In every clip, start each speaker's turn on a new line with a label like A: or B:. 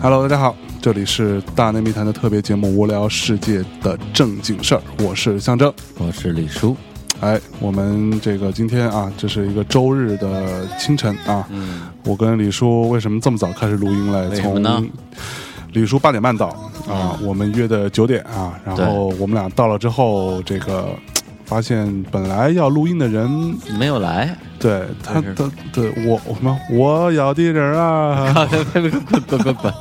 A: Hello，大家好，这里是大内密谈的特别节目《无聊世界的正经事儿》，我是象征。
B: 我是李叔，
A: 哎，我们这个今天啊，这是一个周日的清晨啊，
B: 嗯，
A: 我跟李叔为什么这么早开始录音来？
B: 为什么呢嗯
A: 从李叔八点半到啊，我们约的九点啊，然后我们俩到了之后，这个发现本来要录音的人，
B: 没有来，
A: 对他
B: 是
A: 他对我我们我咬地人 啊，
B: 滚滚滚滚，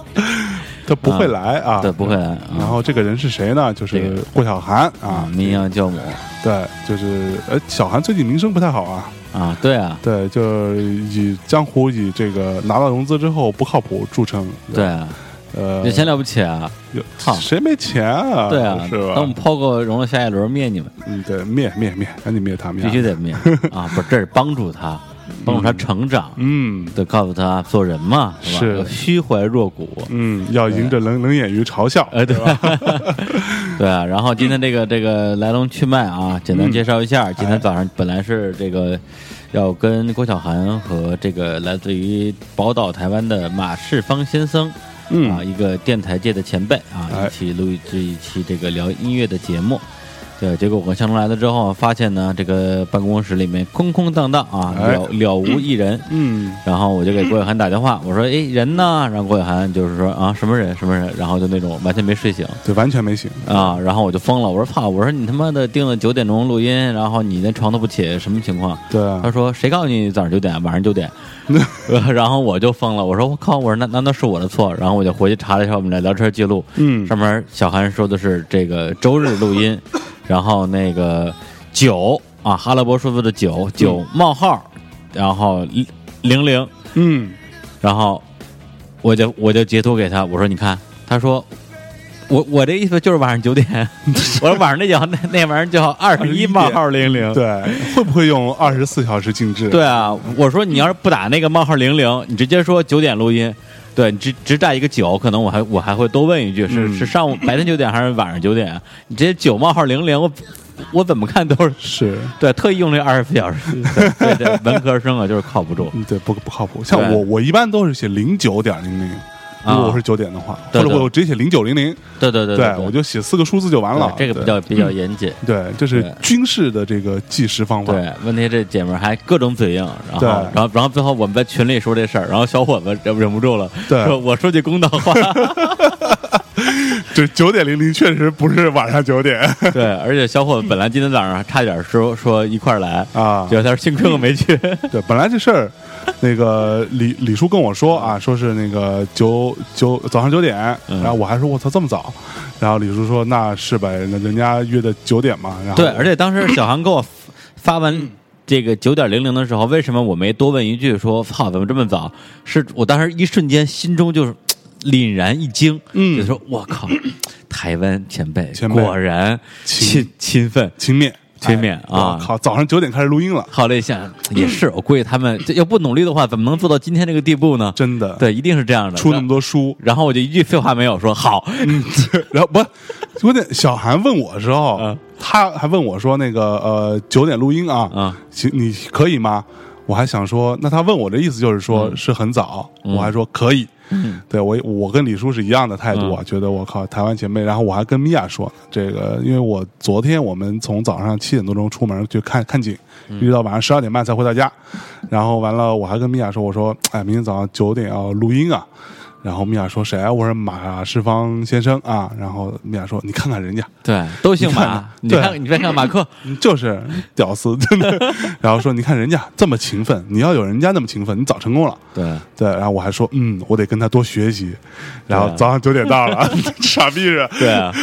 A: 他不会来啊，
B: 对，不会来。
A: 然后这个人是谁呢？就
B: 这
A: 是
B: 个
A: 郭晓涵
B: 啊，
A: 啊，
B: 民谣教母
A: 对，就是呃，小韩最近名声不太好啊，
B: 啊，对啊，
A: 对，就是以江湖以这个拿到融资之后不靠谱著称，
B: 对，啊，
A: 呃
B: 有，钱了不起啊，
A: 有
B: 操
A: 谁没钱啊？
B: 对啊，
A: 是
B: 等我们
A: 吧？
B: 抛过容了下一轮灭你们，
A: 嗯，对，灭灭灭，赶紧灭他，灭
B: 必
A: 他
B: 须，得 灭啊！不是，这是帮助他，帮助他成长，
A: 嗯
B: 对，告诉他做人嘛，吧
A: 是
B: 虚怀若谷，
A: 嗯，要迎着冷冷眼于嘲笑，
B: 呃，对， 对啊。然后今天这个这个来龙去脉啊，简单介绍一下。今天早上本来是这个要跟郭晓涵和这个来自于宝岛台湾的马世芳先生。
A: 嗯
B: 啊，一个电台界的前辈
A: 哎
B: 啊，一起录制一期这个聊音乐的节目，对，结果我跟向东来了之后，啊发现呢，这个办公室里面空空荡荡啊，
A: 哎
B: 了了无一人，
A: 嗯
B: 然后我就给郭晓涵打电话，我说：“哎，人呢？”然后郭晓涵就是说：“啊，什么人？什么人？”然后就那种完全没睡醒
A: 对，完全没醒，
B: 啊，然后我就疯了，我说：“操！我说你他妈的定了九点钟录音，然后你那床都不起，什么情况？”
A: 对啊
B: 他，说：“谁告诉你早上九点？晚上九点？” 然后我就疯了，我说：“我靠！我说难难道是我的错？”然后我就回去查了一下我们的聊天记录，
A: 嗯
B: 上面小韩说的是这个周日录音，然后那个九啊，哈拉伯数字的九九冒号，然后零零零。
A: 嗯，
B: 然后我就我就截图给他，我说你看，他说我我这意思就是晚上九点，我说晚上那叫那那玩意儿叫二十一冒号零零。
A: 对，会不会用二十四小时静置？
B: 对啊，我说你要是不打那个冒号零零，你直接说九点录音，对你只只打一个九，可能我还我还会多问一句，是、
A: 嗯
B: 是上午白天九点还是晚上九点啊？你直接九冒号零零，我我怎么看都是
A: 是。
B: 对，特意用这二十四小时，对对对，文科生啊就是靠不住。
A: 嗯，对，不不靠谱。像
B: 对啊
A: 我，我一般都是写零九点零零，如果我是九点的话，
B: 对
A: 或者
B: 对
A: 我直接写零九零零，
B: 对对对
A: 对我就写四个数字就完了。
B: 对这个比较比较严谨。
A: 对，对这是
B: 对
A: 军事的这个计时方法。
B: 对，问题这姐们儿还各种嘴硬，然后
A: 对
B: 然后然后最后我们在群里说这事儿，然后小伙子忍忍不住了，
A: 对
B: 说我说句公道话，
A: 这九点零零确实不是晚上九 点
B: 对，而且小伙子本来今天早上还差点说说一块儿来，
A: 啊
B: 结。果他说幸亏我没去，
A: 对，本来这事儿，那个李李叔跟我说啊，说是那个九九早上九点，
B: 嗯
A: 然后我还说我操这么早，然后李叔说那是呗，那人家约的九点嘛，然后
B: 对，而且当时小韩给我发完。这个九点零零的时候，为什么我没多问一句说“操，怎么这么早？”是我当时一瞬间心中就是凛然一惊，
A: 嗯
B: 就说“我靠，台湾前辈
A: 前辈
B: 果然
A: 勤
B: 勤勤奋，
A: 勤勉
B: 勤勉
A: 哎
B: 啊
A: 我靠，早上九点开始录音了，
B: 好嘞，想也
A: 嗯
B: 是，我估计他们这要不努力的话，怎么能做到今天这个地步呢？
A: 真的
B: 对，一定是这样的。
A: 出那么多书，
B: 然后我就一句废话没有说，好，
A: 然后不，关键小韩问我的时候，
B: 嗯
A: 他还问我说那个呃九点录音啊，
B: 嗯
A: 行，你可以吗？我还想说，那他问我的意思就是说、是很早，我还说可以。对我，我跟李叔是一样的态度啊，觉得我靠台湾前辈。然后我还跟米娅说，这个因为我昨天我们从早上七点多钟出门去看看景，一直到晚上十二点半才回到家。然后完了，我还跟米娅说，我说哎，明天早上九点要录音啊。然后米娅说谁啊？我说马世芳先生啊。然后米娅说你看看人家，
B: 对，都姓
A: 你看
B: 马，你
A: 对
B: 看，你再看马克，
A: 就是屌丝，真的。然后说你看人家这么勤奋，你要有人家那么勤奋，你早成功了。
B: 对，
A: 对，然后我还说，嗯，我得跟他多学习。然
B: 对
A: 后
B: 啊
A: 早上九点到了， 傻逼是，
B: 对啊，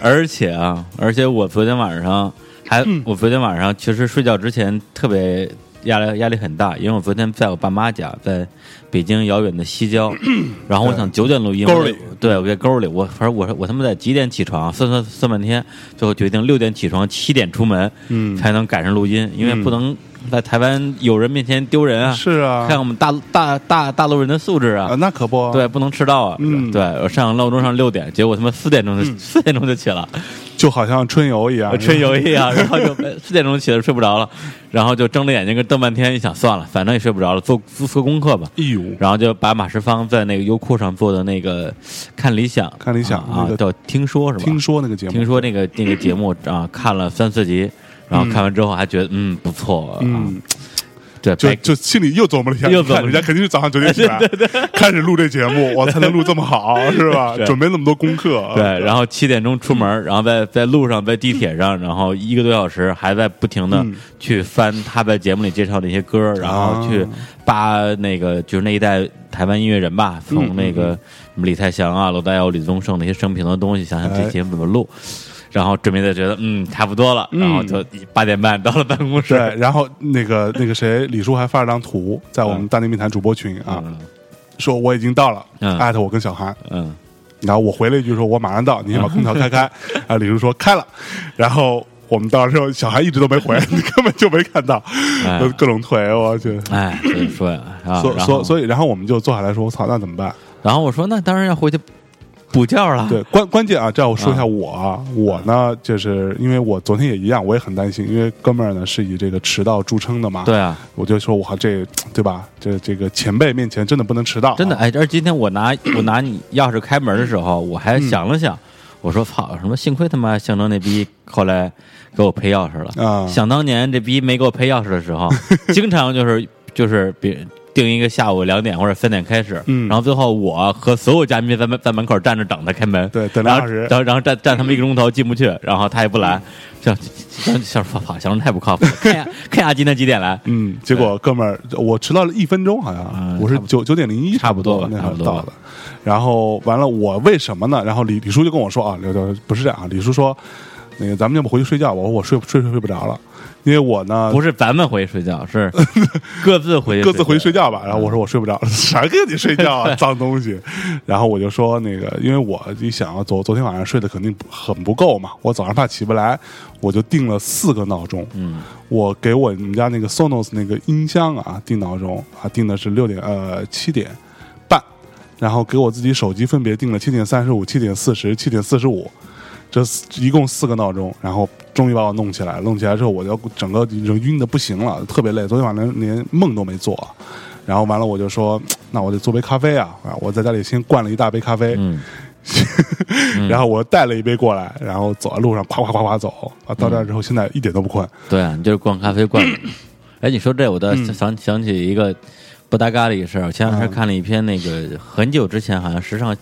B: 而且啊，而且我昨天晚上还，
A: 嗯
B: 我昨天晚上其实睡觉之前特别压力压力很大，因为我昨天在我爸妈家，在北京遥远的西 郊，然后我想九点录音，
A: 沟
B: 我
A: 里
B: 就对我在沟里，我反正我说我他妈得几点起床，算算算半天，最后决定六点起床，七点出门，
A: 嗯
B: 才能赶上录音，因为不能在台湾友人面前丢人啊，
A: 是啊
B: 看，看我们大大大大陆人的素质
A: 啊，
B: 啊，
A: 那可不，
B: 对，，不能迟到啊，
A: 嗯
B: 对，我上闹钟上六点，结果他妈四点钟就四点钟 就起了，
A: 就好像春游一样，
B: 呃春游一样，然后就 四点钟起来睡不着了，然后就睁着眼睛跟瞪半天，一想算了，反正也睡不着了，做做做功课吧。
A: 哎呦，
B: 然后就把马世芳在那个优酷上做的那个看理想，
A: 看理想那，
B: 啊
A: 个
B: 叫听说是 吧？
A: 听说那个节目，
B: 听说那个那个节目啊，看了三四集，然后看完之后还觉得嗯不错，啊，
A: 嗯，
B: 对，
A: 就
B: 白
A: 就心里又琢磨了一下，
B: 哎又
A: 你看
B: 琢磨
A: 人家肯定是早上九点起 来开始录这节目，我才能录这么好，是吧？
B: 是
A: 准备那么多功课，啊
B: 对，啊然后七点钟出
A: 嗯
B: 门，然后在在路上，在地铁上，然后一个多小时还在不停
A: 嗯
B: 的去翻他在节目里介绍的一些歌，然后去
A: 哦
B: 扒那个就是那一代台湾音乐人吧，
A: 嗯
B: 从那个什么李泰祥啊、罗大佑、李宗盛那些生平的东西，想想这
A: 哎
B: 节目怎么录，然后准备的觉得嗯差不多了，然后就八点半到了办公室，
A: 对，然后那个那个谁，李叔还发了张图在我们大内密谈主播群啊，说我已经到了，
B: 嗯
A: 艾特我跟小韩，
B: 嗯，
A: 然后我回了一句说，我马上到，你先把空调开 开。啊，李叔说开了，然后我们到了之后，小韩一直都没回，你根本就没看到，
B: 嗯哎
A: 都各种推，我去。
B: 哎，所以说呀，啊，
A: 所
B: 然
A: 所
B: 后
A: 所以，然后我们就坐下来说：“我操，那怎么办
B: 然后我说那当然要回去补觉了，？”
A: 对，关关键啊，这样我说一下
B: 嗯
A: 我啊，我呢，就是因为我昨天也一样，我也很担心，因为哥们儿呢是以这个迟到著称的嘛，
B: 对啊。
A: 我就说，我靠，这对吧？这这个前辈面前真的不能迟到啊、
B: 真的，哎，而今天我拿我拿你钥匙开门的时候，我还
A: 嗯
B: 想了想，我说操，什么幸亏他妈象征那逼后来给我配钥匙了。
A: 啊
B: 想当年这逼没给我配钥匙 的时候，经常就是就是别定一个下午两点或者三点开始，
A: 嗯
B: 然后最后我和所有嘉宾在门在门口站着等他开门，
A: 对等俩
B: 然后
A: 小时嗯
B: 然后然后站站他们一个钟头进不去，然后他也不来，想想想说操，想太不靠谱了，看一下看一下今天几 点来，
A: 嗯，结果哥们儿，我迟到了一分钟，好像
B: 嗯
A: 我是
B: 差不
A: 九九点零一，
B: 差不多吧
A: 那
B: 差
A: 会儿
B: 不多
A: 到
B: 吧
A: 的。然后完了，我为什么呢？然后李李叔就跟我说啊，刘刘不是这样啊，李叔说，那个咱们要不回去睡觉吧？我说我睡睡睡睡不着了，因为我呢
B: 不是咱们回去睡觉，是各自回 去
A: 各自回去睡觉吧。然后我说我睡不着了， 啥跟你睡觉啊，脏东西。然后我就说那个，因为我一想啊，昨昨天晚上睡得肯定不很不够嘛，我早上怕起不来，我就定了四个闹钟。嗯，我给我们家那个 Sonos 那个音箱啊定闹钟啊，定的是六点呃七点半，然后给我自己手机分别定了七点三十五、七点四十、七点四十五。这四一共四个闹钟，然后终于把我弄起来了。弄起来之后，我就整个人晕的不行了，特别累。昨天晚上连梦都没做，然后完了我就说，那我得做杯咖啡啊！啊，我在家里先灌了一大杯咖啡，
B: 嗯
A: 然后我带了一杯过来，然后走在路上夸夸夸夸走啊。到这儿之
B: 嗯
A: 后，现在一点都不困。
B: 对啊，你就是逛咖啡逛。哎，你说这，我倒想想起一个不搭嘎的一个事儿。我前两天看了一篇那个很久之前，好像时尚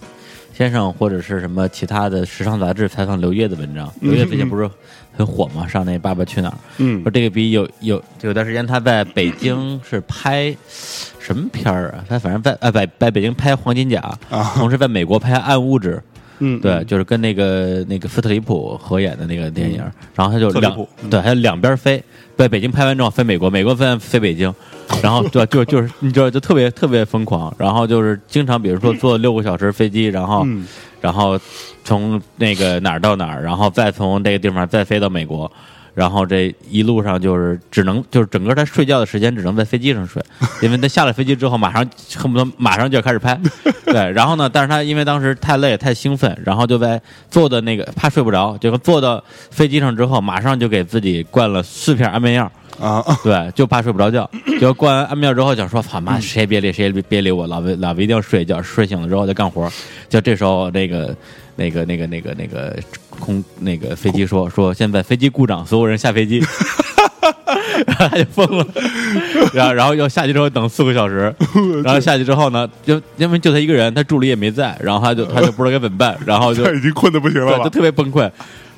B: 先生或者是什么其他的时尚杂志采访刘烨的文章。刘烨最近不是很火嘛，上那《爸爸去哪儿》。
A: 嗯
B: 说这个逼有有有段时间他在北京是拍什么片儿啊？他反正在啊在在北京拍《黄金甲》
A: 啊
B: 同时在美国拍《暗物质》。
A: 嗯，
B: 对，就是跟那个那个斯特里普合演的那个电影，然后他就
A: 嗯特里
B: 两
A: 普嗯
B: 对，他就两边飞，在北京拍完之后飞美国，美国飞完飞北 京，然后对，就就是你知道，就特别特别疯狂，然后就是经常比如说坐六个小时飞机，然后、
A: 嗯
B: 然后从那个哪儿到哪儿，然后再从这个地方再飞到美国。然后这一路上就是只能就是整个他睡觉的时间只能在飞机上睡，因为他下了飞机之后马上恨不得马上就要开始拍，对。然后呢，但是他因为当时太累太兴奋，然后就在坐的那个怕睡不着，结果坐到飞机上之后，马上就给自己灌了四片安眠药，
A: 啊啊
B: 对，就怕睡不着觉。就灌完安眠药之后，想说操妈，谁也别理，谁也别别理我，老子老子一定要睡一觉，睡醒了之后再干活。就这时候，那个那个那个那个那个空那个飞机说说，现在飞机故障，所有人下飞机。 然后他就疯了，然后然后要下去之后等四个小时，然后下去之后呢，就因为就他一个人，他助理也没在，然后他就他就不知道该怎么办，然 后就
A: 他已经困得不行了
B: 对，就
A: 吧？
B: 特别崩溃。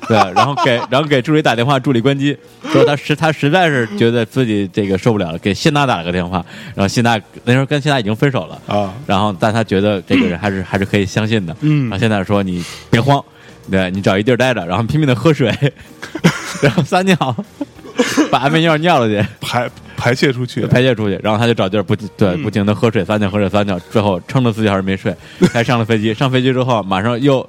B: 对，然后给然后给助理打电话，助理关机，说他实他实在是觉得自己这个受不了了，给谢娜打了个电话，然后谢娜那时候跟谢娜已经分手了，
A: 啊，
B: 然后但他觉得这个人还是还是可以相信的，
A: 嗯
B: 然后谢娜说你别慌，对你找一地儿待着，然后拼命的喝水， 然后撒尿， 把安眠药尿了去，
A: 排排泄出去，
B: 排泄出去，然后他就找地儿不对，
A: 嗯
B: 不停的喝水撒尿，喝水撒尿，最后撑了四小时没睡，才上了飞机。上飞机之后，马上又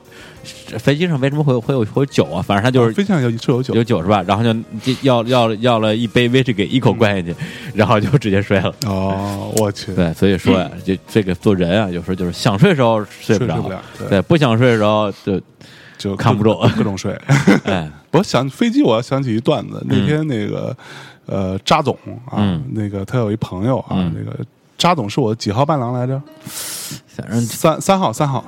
B: 飞机上为什么会有会有会有酒啊？反正他就是
A: 非常有是有酒
B: 有酒是吧？然后就就要要要了一杯威士忌，一口灌下去，然后就直接睡了。
A: 哦，我去，
B: 对，所以说呀，就这个做人啊，有时候就是想睡时候睡不
A: 嗯睡
B: 着
A: 不，了，对，
B: 对，不想睡的时候就
A: 就
B: 扛不住
A: 各各种 睡。
B: 哎，
A: 我想飞机，我要想起一段子。那天那个呃，扎总啊，
B: 嗯
A: 那个他有一朋友啊，
B: 嗯
A: 那个扎总是我几号伴郎来着？
B: 反正
A: 三三号，三号，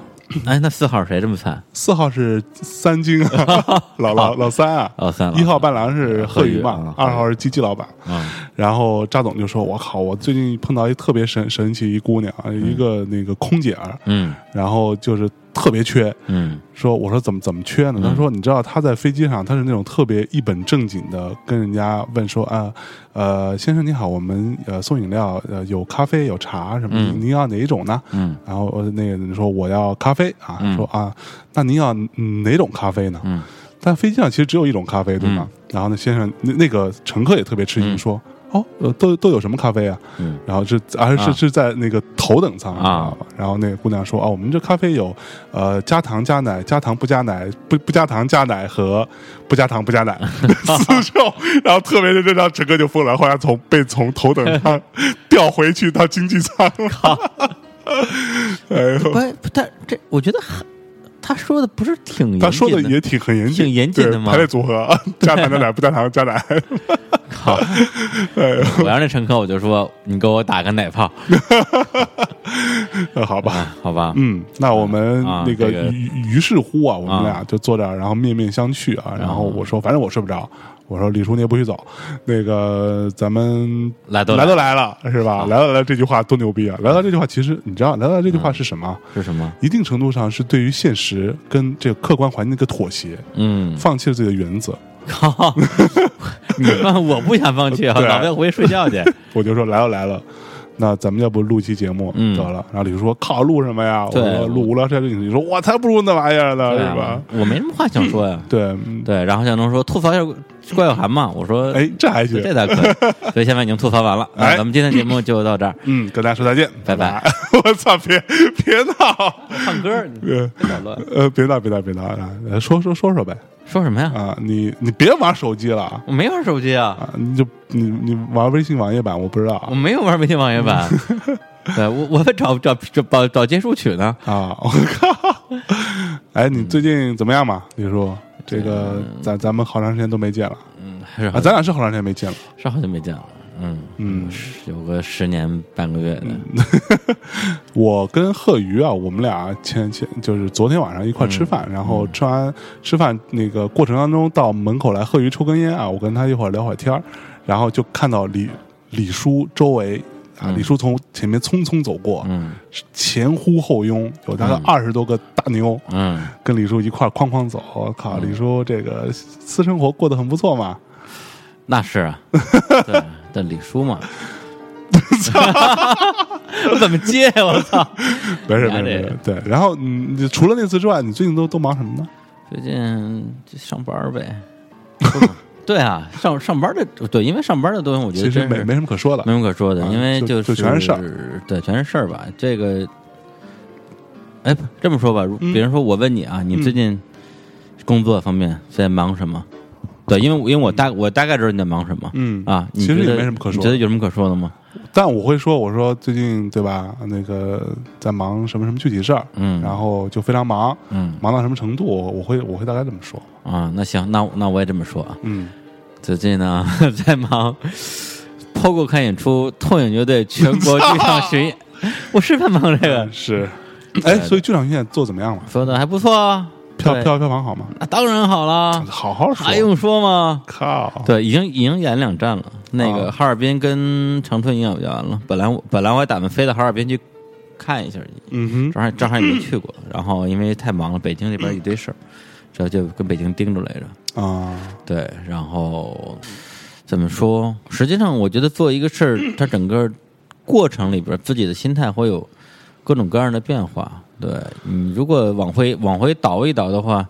B: 哎，那四号谁这么惨？
A: 四号是三金 啊，老老老三啊。
B: 哦，三了
A: 一号伴郎是贺宇
B: 贺宇啊
A: 嘛，二号是鸡鸡老板。
B: 啊，
A: 然后扎总就说：“我靠，我最近碰到一特别神神奇一姑娘，一个那个空姐儿，
B: 嗯
A: 然后就是特别缺，
B: 嗯
A: 说我说怎么怎么缺呢？他说你知道他在飞机上他是那种特别一本正经的跟人家问说啊呃先生你好，我们呃送饮料呃有咖啡有茶什么，
B: 嗯
A: 您要哪一种呢？
B: 嗯
A: 然后呃那个人说我要咖啡啊，
B: 嗯
A: 说啊那您要嗯哪种咖啡呢？
B: 嗯
A: 但飞机上其实只有一种咖啡对吗？然后呢先生那那个乘客也特别吃惊
B: 嗯
A: 说。哦，呃，都都有什么咖啡啊？
B: 嗯
A: 然后是而是
B: 啊
A: 是在那个头等舱，你知
B: 啊
A: 道吧？然后那个姑娘说：“啊，我们这咖啡有，呃，加糖加奶，加糖不加奶，不不加糖加奶和不加糖不加 奶四种。”然后特别认真，然后整个就疯了，后来从被从头等舱 调回去到经济舱了。哎 呦，
B: 不，不但这我觉得还他说的不是挺严谨
A: 他说的也挺很严谨，
B: 挺严谨的
A: 对
B: 嘛
A: 排列组合，啊加糖加奶不加糖加奶，
B: 靠！ 我要是那乘客，我就说你给我打个奶泡，
A: 呃好吧。
B: 啊好吧？
A: 嗯，那我们
B: 啊
A: 那个
B: 这个
A: 于于是乎啊，我
B: 啊
A: 们俩就坐这儿，然后面面相觑啊。然后我说，反正我睡不着。我说，李叔你也不许走，那个咱们
B: 来啊都
A: 来都来了，是吧？来都来了这句话多牛逼啊！来到这句话，其实你知道，来到这句话
B: 嗯
A: 是什么？啊
B: 是什么？
A: 一定程度上是对于现实跟这个客观环境的一个妥协，
B: 嗯，
A: 放弃了自己的原则。
B: 靠！ 你放我不想放弃 啊，
A: 对
B: 老要回去睡觉 去。
A: 我就说来都来了，那咱们要不录期节目
B: 嗯
A: 得了？然后李叔说靠，录什么呀？我
B: 对
A: 说录无聊斋。你说我才不录那玩意儿呢，
B: 对
A: 是
B: 啊
A: 吧？
B: 我没什么话想说呀。
A: 对，嗯
B: 对，然后向东说吐槽一下怪小寒嘛，我说
A: 哎，这还行。
B: 这倒可 以，所以现在已经吐槽完了，那
A: 哎
B: 咱们今天节目就到这儿。
A: 嗯，跟大家说再见，
B: 拜拜。
A: 我操，别别闹，
B: 唱歌儿，
A: 呃
B: 别捣乱，
A: 呃，别闹，别闹，别闹啊！呃说说说说呗
B: 说什么呀？
A: 啊！你你别玩手机了啊！
B: 我没玩手机啊，
A: 啊你就你你玩微信网页版，我不知道
B: 我没有玩微信网页 版。对我，我在找找找找找结束曲呢。
A: 啊！ 我靠！哎，你最近怎么样嘛，李叔？这个咱咱们好长时间都没见了
B: 嗯，还是
A: 啊，
B: 好
A: 咱俩是好长时间没见了。
B: 是好久没见了。嗯
A: 嗯，
B: 有个十年半个月的。
A: 我跟贺鱼啊，我们俩前前就是昨天晚上一块吃饭，
B: 嗯
A: 然后吃完吃饭那个过程当中，到门口来贺鱼抽根烟啊，我跟他一会儿聊会儿天儿，然后就看到李李叔周围啊，李叔从前面匆匆走过，
B: 嗯
A: 前呼后拥，有大概二十多个大妞
B: 嗯，
A: 跟李叔一块儿哐哐走，我靠，李叔这个私生活过得很不错嘛，
B: 那是 啊。对，但李叔嘛， 我怎么接呀？我操！
A: 没事没事
B: 你还
A: 没事，
B: 得
A: 哎对，然后嗯，你除了那次之外，你最近都都忙什么呢？
B: 最近就上班儿 呗。说吧对啊，上上班儿的对，因为上班儿的东西，我觉
A: 其
B: 得
A: 实
B: 真
A: 没
B: 是
A: 没什么可说的
B: 没，什么可说的，
A: 啊
B: 因为
A: 就
B: 就是
A: 就全是事
B: 儿，对，全是事儿吧。这个，哎，不这么说吧，如
A: 嗯
B: 比如说我问你啊，你最近工作方面在忙什么？对，因为我因为我大我大概知道你在忙什么
A: 嗯
B: 啊，你
A: 其实也
B: 觉得
A: 没什么可
B: 你
A: 说
B: 觉得
A: 的。
B: 有什么可说的吗？
A: 但我会说，我说最近对吧？那个在忙什么什么具体事儿，
B: 嗯
A: 然后就非常忙，
B: 嗯
A: 忙到什么程度，我我会我会大概这么说，
B: 啊，那行，那那我也这么说啊，
A: 嗯，
B: 最近呢 在忙 POGO 看演出，痛影乐队全国剧场巡 演，我是在忙这个，
A: 是。哎，所以剧场现在做怎么样了？
B: 说的还不错啊，
A: 票
B: 对，
A: 票票房好吗？
B: 那当然好啦，
A: 好好说，
B: 还用说吗？
A: 靠，
B: 对，已经已经演两站了。那个
A: 啊
B: 哈尔滨跟长春已经演完了。本来我本来我还打算飞到哈尔滨去看一下，
A: 嗯哼，
B: 正好正好也没去过。然后因为太忙了，北京这边一堆事儿，这就跟北京盯着来着。
A: 啊，
B: 对，然后怎么说？实际上，我觉得做一个事儿，它整个过程里边，自己的心态会有各种各样的变化。对你如果往回往回倒一倒的话，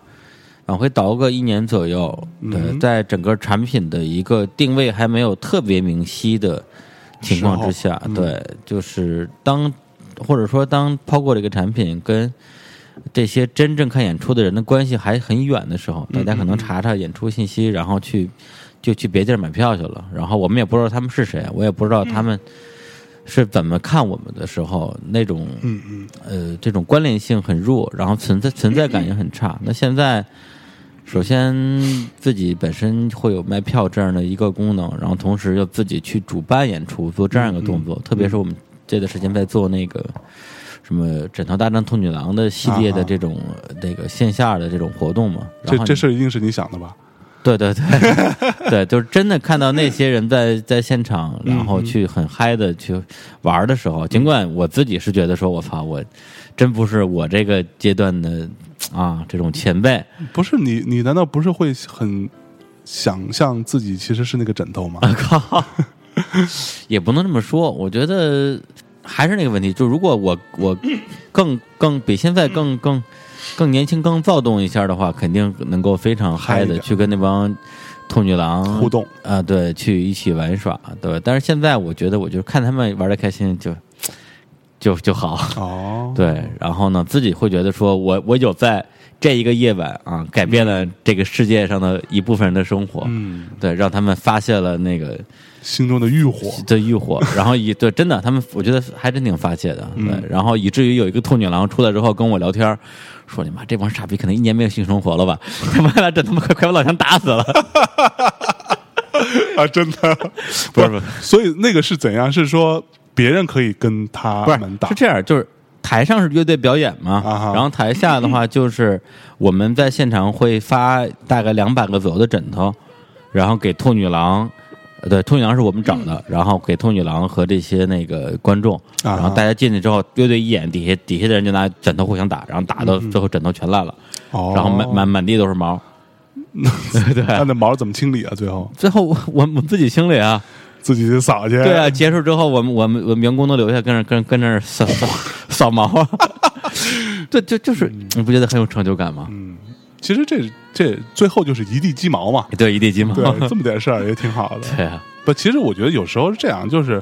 B: 往回倒个一年左右，对，
A: 嗯
B: 在整个产品的一个定位还没有特别明晰的情况之下，
A: 时候嗯
B: 对，就是当或者说当抛过这个产品跟这些真正看演出的人的关系还很远的时候，
A: 嗯
B: 大家可能查查演出信息，然后去就去别地儿买票去了。然后我们也不知道他们是谁，我也不知道他
A: 嗯
B: 们是怎么看我们的时候，那种
A: 嗯嗯，
B: 呃这种关联性很弱，然后存在存在感也很差。
A: 嗯
B: 那现在。首先，自己本身会有卖票这样的一个功能，然后同时又自己去主办演出，做这样一个动
A: 嗯
B: 作。特别是我们这段时间在做那个什么《枕头大战兔女郎》的系列
A: 啊
B: 的
A: 啊
B: 这种呃那、个线下的这种活动嘛。
A: 这
B: 然后
A: 这事儿一定是你想的吧？
B: 对对对对，就是真的看到那些人在在现场，然后
A: 嗯
B: 去很嗨的去玩的时候，尽管我自己是觉得说，我操，我真不是我这个阶段的啊这种 前辈。
A: 不是你，你难道不是会很想象自己其实是那个枕头吗？
B: 靠，也不能这么说。我觉得还是那个问题，就如果我我更更比现在更更更年轻、更躁动一下的话，肯定能够非常
A: 嗨
B: 嗨
A: 一
B: 的
A: 点
B: 去跟那帮兔女郎
A: 互动，
B: 啊，对，去一起玩耍，对吧？但是现在我觉得，我就看他们玩的开心就就就好。
A: 哦，
B: 对，然后呢，自己会觉得说我我有在这一个夜晚啊，改变了这个世界上的一部分人的生活，
A: 嗯，
B: 对，让他们发泄了那个
A: 心中的欲 火，
B: 这欲火，然后以对真的他们，我觉得还真挺发泄的，
A: 嗯
B: 对，然后以至于有一个兔女郎出来之后跟我聊天儿，说你妈这帮傻逼可能一年没有性生活了吧， 他妈的这他妈快快把老娘打死了，
A: 啊，真的，
B: 不是不是
A: 所以那个是怎样？是说别人可以跟他
B: 不是
A: 们打
B: 是，这样，就是台上是乐队表演嘛，
A: 啊哈
B: 然后台下的话就是我们在现场会发大概两百个左右的枕头，然后给兔女郎。呃对，兔女郎是我们找的，然后给兔女郎和这些那个观众，
A: 嗯啊哈
B: 然后大家进去之后，乐队一演，底下底下的人就拿枕头互相打，然后打到最后枕头全烂了，
A: 嗯哦，
B: 然后满 满满地都是毛。对，
A: 那那毛怎么清理啊？最后
B: 最后我我我们自己清理啊，
A: 自己去扫去，
B: 对啊，结束之后，我们我们我们员工都留下跟着跟跟着扫扫 扫毛啊， 对，就就是
A: 嗯
B: 你不觉得很有成就感吗？
A: 其实这这最后就是一地鸡毛嘛，
B: 对，一地鸡毛，
A: 对，啊这么点事儿也挺好的。
B: 对啊，
A: 不，其实我觉得有时候是这样，就是，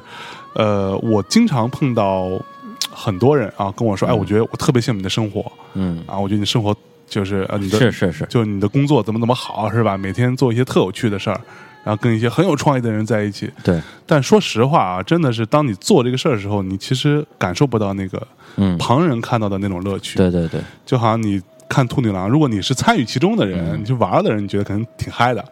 A: 呃，我经常碰到嗯很多人啊跟我说，哎，我觉得我特别羡慕你的生活
B: 嗯，
A: 啊，我觉得你生活就是呃你的
B: 是是是，
A: 就是你的工作怎么怎么好是吧？每天做一些特有趣的事儿，然后跟一些很有创意的人在一起。
B: 对，
A: 但说实话啊，真的是当你做这个事儿的时候，你其实感受不到那个
B: 嗯，
A: 旁人看到的那种乐趣。
B: 对对对，
A: 就好像你看兔女郎，如果你是参与其中的
B: 嗯
A: 人，你去玩儿的人，你觉得可能挺嗨的，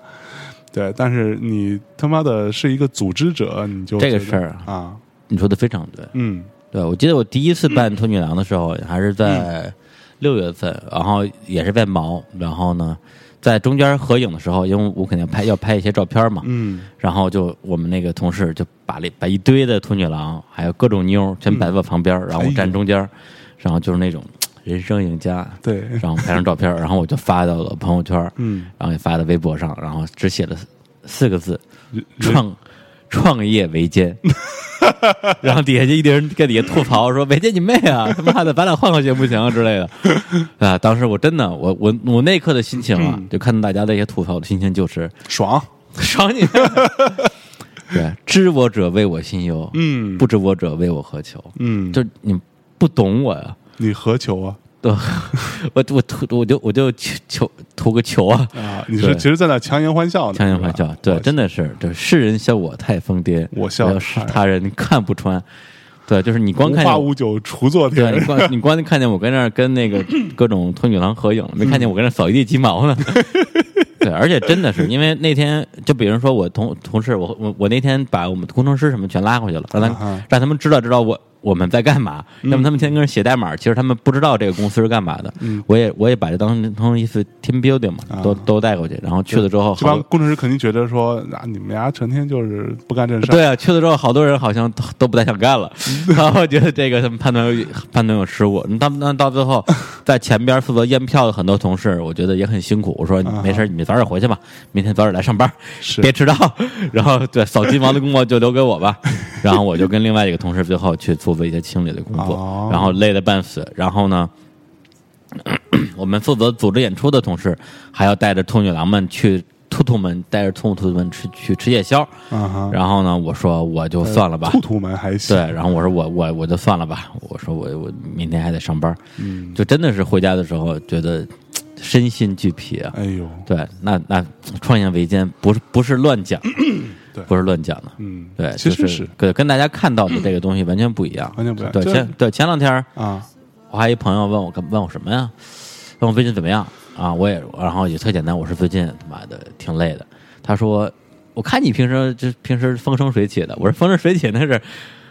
A: 对。但是你他妈的是一个组织者，你就
B: 这个
A: 觉得
B: 事儿
A: 啊，
B: 你说的非常对，
A: 嗯
B: 对我记得我第一次办兔女郎的时候，还是在六月份，然后也是在毛，然后呢，在中间合影的时候，因为我肯定拍要拍一些照片嘛，
A: 嗯，
B: 然后就我们那个同事就把了把一堆的兔女郎，还有各种妞儿全摆到旁边儿，然后我站中间儿，然后就是那种嘖人生赢家，
A: 对，
B: 然后拍张照片儿，然后我就发到了朋友圈，
A: 嗯，
B: 然后也发到微博上，然后只写了四四个字：
A: 人
B: 创创业维 艰。然后底下就一堆人跟底下吐槽说：“维艰你妹啊！他妈的，咱俩换换行不行啊之类的。”啊，当时我真的，我我我那一刻的心情
A: 嗯
B: 啊，就看到大家的一些吐槽，我的心情就是
A: 爽，
B: 赏 你。啊对，知我者为我心忧，
A: 嗯
B: 不知我者为我何求？
A: 嗯，
B: 就是你不懂我呀、
A: 你何求啊？
B: 对， 我我图我就我就求求图个求啊，
A: 啊，你是
B: 对
A: 其实在那强颜欢笑呢，
B: 强颜欢
A: 是吧
B: 笑。对，真的是，对，世人笑我太疯癫，
A: 啊我笑
B: 要是他人看不穿。对，就是你光
A: 无
B: 看
A: 花
B: 见我，
A: 无酒锄作天
B: 对，你光你光看见我跟那儿跟那 个各种托女郎合影，没看见我跟那儿扫一地鸡毛 呢。对，而且真的是因为那天，就比如说我同同事，我我我那天把我们工程师什么全拉回去了，让他
A: 啊哈嗯
B: 让他们知道知道我我们在干嘛，那么他们天天跟人写代码，其实他们不知道这个公司是干嘛的。
A: 嗯
B: 我也我也把这当成当成一次 team building 嘛，都都带过去，然后去了之后，
A: 啊这
B: 好
A: 帮工程师肯定觉得说啊，你们俩成天就是不干正事儿，
B: 对啊，去了之后，好多人好像都都不太想干 了，然后觉得这个他们判断有判断有失误。那那到最 后，在前边负责验票的很多同事，我觉得也很辛苦。我说
A: 啊
B: 没事儿，你们早点回去吧，明天早点来上班，
A: 是
B: 别迟到。 然后对扫鸡毛的工作就留给 我吧。然后我就跟另外一个同事最后去做做一些清理的工
A: 哦
B: 作，然后累得半死。然后呢？我们负责组织演出的同事，还要带着兔女郎们去兔兔们带着兔兔们吃去吃夜宵，
A: 啊哈，
B: 然后呢，我说我就算了吧，
A: 呃兔兔们还行
B: 对，，然后我说我我我就算了吧，我说我我明天还得上班，
A: 嗯，
B: 就真的是回家的时候觉得身心俱疲啊。
A: 哎呦，
B: 对，那那创业维艰不是不是乱讲，
A: 对
B: 不是乱讲的，
A: 嗯，
B: 对，
A: 其
B: 就
A: 实是
B: 对跟大家看到的这个东西完全不一样，
A: 完全不一样
B: 对
A: 这
B: 前对前两天儿
A: 啊，
B: 我还一朋友问我干问我什么呀？问我最近怎么样啊？我也然后也特简单，我说最近他妈的挺累的。他说我看你平时就平时风生水起的，我说风生水起那是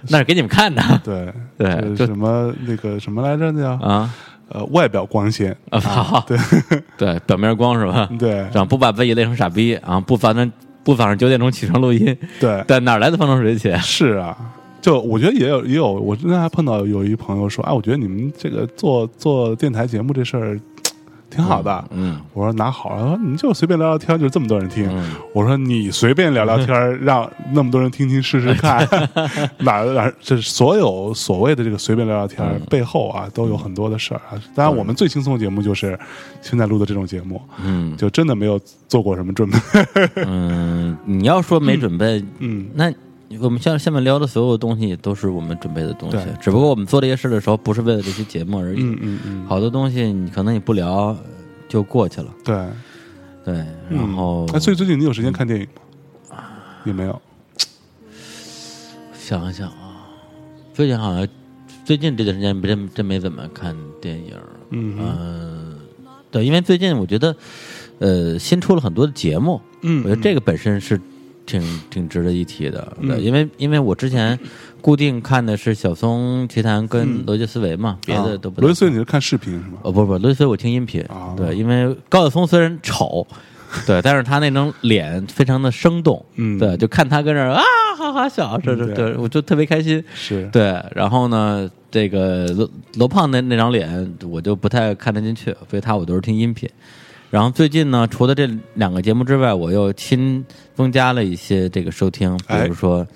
B: 那是给你们看的啊
A: 对
B: 对
A: 这是
B: 就
A: 什么那个什么来着那叫
B: 啊
A: 呃外表光鲜，
B: 啊好对对表面光是吧？
A: 对
B: 然后不把自己累成傻逼啊，不反正不反正九点钟起床录音，
A: 对
B: 对哪儿来的风生水起？
A: 是啊。就我觉得也有也有，我之前还碰到有一朋友说，哎，我觉得你们这个做做电台节目这事儿挺好的，
B: 嗯，
A: 我说拿好，他说你就随便聊聊天，就这么多人听。
B: 嗯
A: 我说你随便聊聊天，让那么多人听听试试 看，哪儿哪儿，这是所有所谓的这个随便聊聊天、
B: 嗯
A: 背后啊，都有很多的事儿啊。当然，我们最轻松的节目就是现在录的这种节目，
B: 嗯
A: 就真的没有做过什么准 备。
B: 嗯，你要说没准备，
A: 嗯，
B: 那我们像下面聊的所有东西都是我们准备的东西
A: 对，
B: 只不过我们做这些事的时候不是为了这期节目而已。
A: 嗯嗯嗯，
B: 好多东西你可能你不聊就过去了，
A: 对。
B: 对。然后
A: 哎，所以最近你有时间看电影吗？也没有。
B: 想一想啊，最近好像最近这段时间真真没怎么看电影，
A: 嗯哼
B: 嗯、对，因为最近我觉得呃新出了很多的节目，
A: 嗯，
B: 我觉得这
A: 个
B: 个本身是挺挺值得一提的，对，
A: 嗯
B: 因为因为我之前固定看的是小松奇谈
A: 嗯
B: 跟罗杰斯维嘛，别的都不
A: 啊
B: 太看。
A: 罗杰斯，你是看视频是吗？
B: 哦不不，罗杰斯维我听音频，
A: 啊
B: 对，因为高晓松虽然丑，对，但是他那张脸非常的生动，
A: 嗯
B: 对，就看他跟那儿啊哈哈笑，这这
A: 嗯对
B: 这，我就特别开心。
A: 是，
B: 对，然后呢，这个罗罗胖那那张脸我就不太看得进去，所以他我都是听音频。然后最近呢，除了这两个节目之外，我又新增加了一些这个收听，比
A: 哎
B: 如说《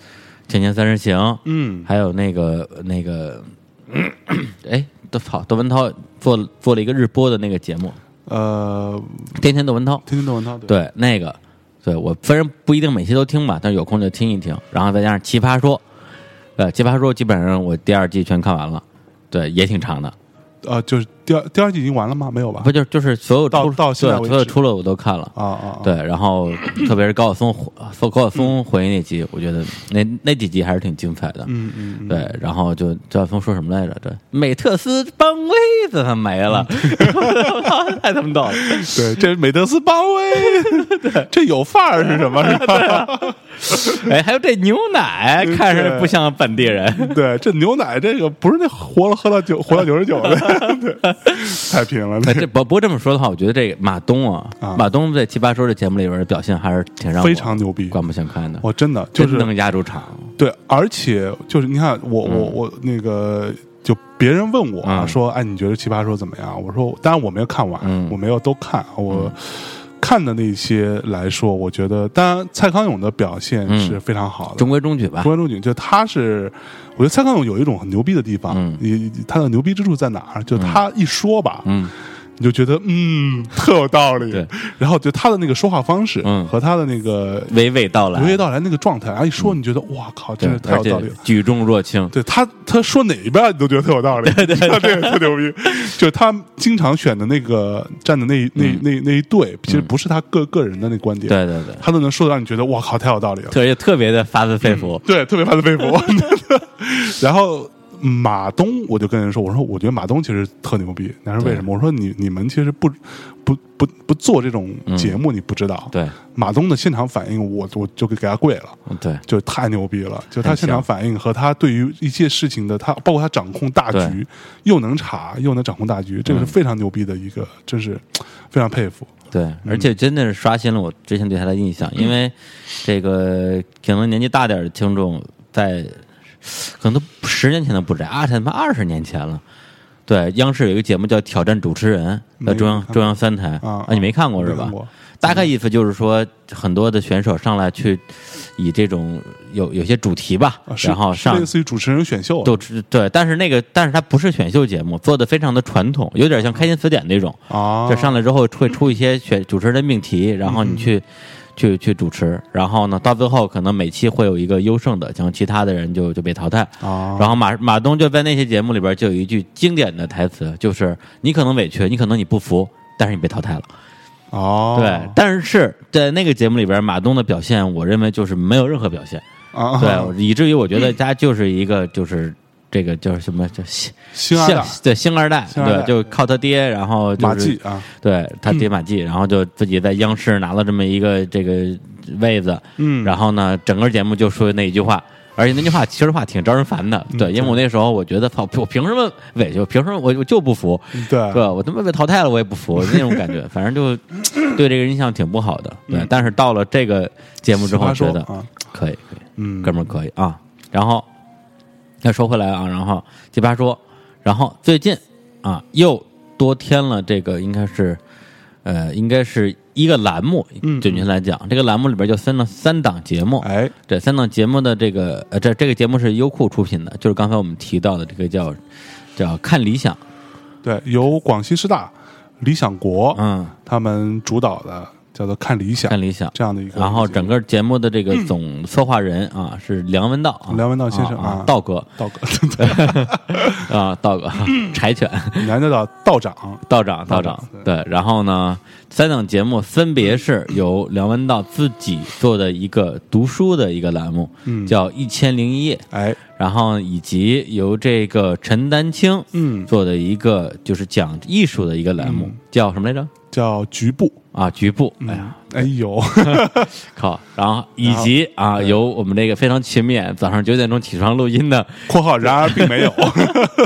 B: 青年三人行》，
A: 嗯，
B: 还有那个那个， 哎，窦涛窦文涛做了做了一个日播的那个节目
A: 呃，
B: 《天天窦文涛》，
A: 听听窦文涛对
B: 对那个，对我虽然不一定每期都听吧，但是有空就听一听。然后再加上《奇葩说》，呃，《奇葩说》基本上我第二季全看完了，对，也挺长的，
A: 呃，就是第二第二季已经完了吗？没有吧？
B: 不就就是所有
A: 到
B: 出
A: 到现在
B: 对
A: 为
B: 所有
A: 止
B: 出了我都看了。
A: 啊啊，啊，
B: 对，然后特别是高晓松回，高晓松回那集，我觉得那那几集还是挺精彩的。
A: 嗯嗯嗯，
B: 对，然后就周晓松说什么来着？这美特斯邦威怎么没了？ 太他妈逗了！
A: 对， 这是美特斯邦威，这有范儿是什么？是吧？
B: 哎，还有这牛奶，看着不像本地人。
A: 对，这牛奶这个不是那活了喝到九活到九十九的，对，太贫了，
B: 哎，
A: 那
B: 这不不这么说的话，我觉得这个马东啊，
A: 啊
B: 马东在《奇葩说》这节目里边的表现还是挺让我
A: 非常牛逼，
B: 刮目相看的，
A: 我真的就是
B: 真能压住场。
A: 对，而且就是你看我我我那个。就别人问我、
B: 嗯
A: 说：“哎，你觉得《奇葩说》怎么样？”我说：“当然我没有看完，
B: 嗯
A: 我没有都看。我看的那些来说，我觉得，当然蔡康永的表现
B: 嗯
A: 是非常好的，
B: 中规中矩 吧
A: 中，关中景，就他是，我觉得蔡康永有一种很牛逼的地方，
B: 嗯
A: 你他的牛逼之处在哪儿？就他一说吧，
B: 嗯
A: 你就觉得嗯特有道理，
B: 对
A: 然后就他的那个说话方式、
B: 嗯
A: 和他的那个
B: 娓娓道来，
A: 娓娓道来那个状态，然后一说你觉得哇靠，真是，
B: 嗯对
A: 太
B: 而
A: 有道理
B: 且
A: 了。
B: 举重若轻。
A: 对他，他说哪一边你都觉得特有道理， 对对对这个特牛逼。就是他经常选的那个站的那那那那一队，其实不是他个个人的那观点，
B: 嗯对对对，
A: 他都能说的让你觉得哇靠，太有道理了。
B: 特别特别的发自肺腑。
A: 对，特别发自肺腑。 然后马东，我就跟人说，我说我觉得马东其实特牛逼。他说为什么？我说你你们其实不不不不做这种节目，你不知道。
B: 嗯对嗯
A: 马东的现场反应我，我就给给他跪了，
B: 对
A: 就太牛逼了。就他
B: 很
A: 现
B: 像
A: 场反应和他对于一切事情的他，包括他掌控大局，又能查又能掌控大局，
B: 嗯
A: 这个是非常牛逼的一个，真是非常佩服。
B: 对，而且真的是刷新了我之前对他的印象，因为这个可能年纪大点儿的听众在，可能都十年前都不知道，啊，他妈二十年前了。对，央视有一个节目叫《挑战主持人》，
A: 没
B: 在中央
A: 看过
B: 中央三台
A: 啊
B: 你没看过是
A: 没
B: 吧
A: 看？过
B: 大概意思就是说，很多的选手上来去以这种有有些主题吧
A: 啊，是
B: 然后
A: 是
B: 上
A: 类似于主持人选秀
B: 都知对，但是那个但是它不是选秀节目，做的非常的传统，有点像开心词典那种，
A: 啊，嗯
B: 就上来之后会出一些选主持人的命题，然后你去。去去主持，然后呢，到最后可能每期会有一个优胜的，像其他的人就就被淘汰。
A: 啊，
B: 然后马马东就在那些节目里边就有一句经典的台词，就是你可能委屈，你可能你不服，但是你被淘汰了。
A: 哦，
B: 对，但是在那个节目里边，马东的表现，我认为就是没有任何表现，
A: 啊，
B: 对，以至于我觉得他就是一个就是。这个叫什么？叫星
A: 星二代
B: 对星二代，
A: 星二代
B: 对，就靠他爹，然后就是
A: 马季啊，
B: 对他爹马
A: 嗯
B: 季，然后就自己在央视拿了这么一个这个位子，
A: 嗯，
B: 然后呢，整个节目就说那一句话，而且那句话其实话挺招人烦的，
A: 嗯
B: 对，因为我那时候我觉得，操，我凭什么委屈？我凭什么我我就不服？
A: 对
B: 对我他妈被淘汰了，我也不 服那种感觉，反正就对这个印象挺不好的。对，但是到了这个节目之后，
A: 他
B: 觉
A: 嗯说
B: 得
A: 啊，
B: 可以，可以，
A: 嗯
B: 哥们儿可以啊。然后再说回来啊，然后奇葩说，然后最近啊又多添了这个，应该是呃，应该是一个栏目，准确来讲，
A: 嗯
B: 这个栏目里边就分了三档节目，
A: 哎，
B: 这三档节目的这个呃，这这个节目是优酷出品的，就是刚才我们提到的这个叫叫看理想，
A: 对，由广西师大理想国
B: 嗯，
A: 他们主导的叫做看理想
B: 看理想。
A: 这样的一个，
B: 然后整个节目的这个总策划人啊是梁文道啊，
A: 梁文道先生
B: 啊
A: 啊，
B: 道哥
A: 道哥， 对
B: 啊，道哥，柴犬
A: 男的道道长，
B: 道长，
A: 道
B: 道长
A: 长，
B: 对。然后呢，三档节目分别是由梁文道自己做的一个读书的一个栏目，
A: 嗯
B: 叫《一千零一夜》，
A: 哎，
B: 然后以及由这个陈丹青
A: 嗯，
B: 做的一个就是讲艺术的一个栏目，叫什么来着？
A: 叫局部，
B: 啊，局部，
A: 嗯
B: 哎呀，，
A: 哎呦，
B: 靠！然后以及啊，由我们这个非常勤勉，早上九点钟起床录音的，
A: 括号然而并没有，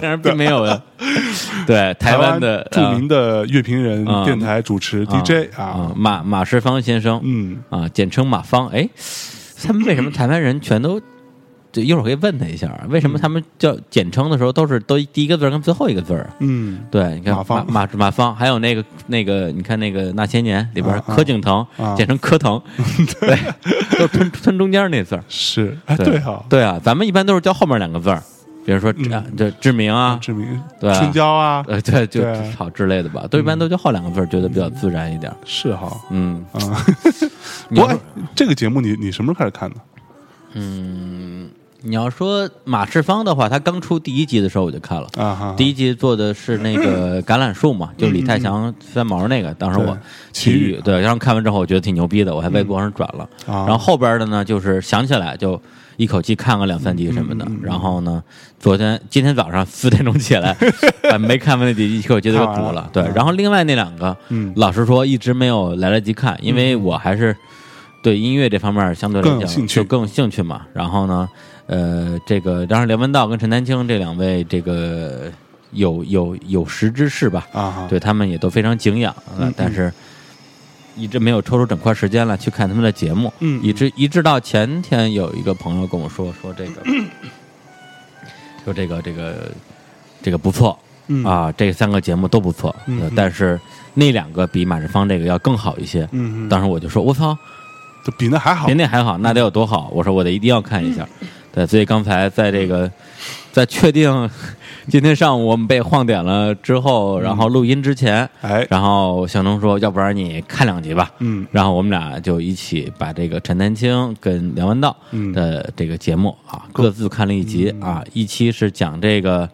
B: 但是并没有的，对 台湾的
A: 台湾著名的乐评人、
B: 啊
A: 电台主持 DJ
B: 啊
A: 啊，
B: 马马世芳先生，
A: 嗯，
B: 啊，简称马芳。哎，他们 为什么台湾人全都？就一会儿可以问他一下啊，为
A: 嗯
B: 什么他们叫简称的时候都是都第一个字儿跟最后一个字儿啊？
A: 嗯，
B: 对，你看
A: 马芳
B: 马马芳，还有那个那个，你看那个那些年里边儿
A: 啊啊
B: 柯景腾，
A: 啊
B: 简称柯 腾，对，都是吞吞中间那字儿。
A: 是，哎，
B: 对
A: 对哈，
B: 对啊，咱们一般都是叫后面两个字儿，比如说
A: 嗯
B: 啊这志明啊，
A: 志明、
B: 对啊
A: 春娇啊，
B: 呃，对，就
A: 对啊嗯
B: 好之类的吧，都一般都叫后两个字儿，觉得比较自然一点儿。
A: 是哈，
B: 嗯，
A: 啊，
B: 你
A: 不
B: 要
A: 过
B: 说
A: 哎这个节目你你什么时候开始看的？
B: 你要说马世芳的话，他刚出第一集的时候我就看了。
A: 啊哈，
B: 第一集做的是 那个橄榄树嘛，就李泰祥三毛那个，当时我
A: 嗯对
B: 奇
A: 奇遇嗯
B: 遇对，然后看完之后我觉得挺牛逼的，我还微博上转了。
A: 啊
B: 然后后边的呢，就是想起来就一口气看个两三集什么的。
A: 嗯
B: 然后呢，昨天今天早上四点钟 起来，把没看完的集一口气都给
A: 看完
B: 补
A: 了
B: 了。对，然后另外那两个，
A: 嗯
B: 老实说一直没有来得及看，因为我还是对音乐这方面相对来
A: 更有
B: 讲
A: 兴趣
B: 就更有兴趣嘛。然后呢，呃，这个当然梁文道跟陈丹青这两位这个有有有识之士吧，
A: 啊嗯哈，
B: 对他们也都非常敬仰，呃但是一直没有抽出整块时间来去看他们的节目，
A: 嗯
B: 以至一直到前天有一个朋友跟我说说这 个，说这个这个这个不错，
A: 嗯
B: 啊，这三个节目都不错，
A: 嗯
B: 呃
A: 嗯
B: 但是那两个比马世芳这个要更好一些，
A: 嗯嗯
B: 当时我就说我操，
A: 就比那还好嗯
B: 比，那还好，那得有多好？我说我得一定要看一下。对，所以刚才在这
A: 嗯
B: 个在确定今天上午我们被晃点了之
A: 嗯
B: 后，然后录音之前，
A: 哎，
B: 然后向东说，要不然你看两集吧。
A: 嗯
B: 然后我们俩就一起把这个陈丹青跟梁文道
A: 嗯
B: 的这个节目啊，各自看了一集啊，一期是讲这个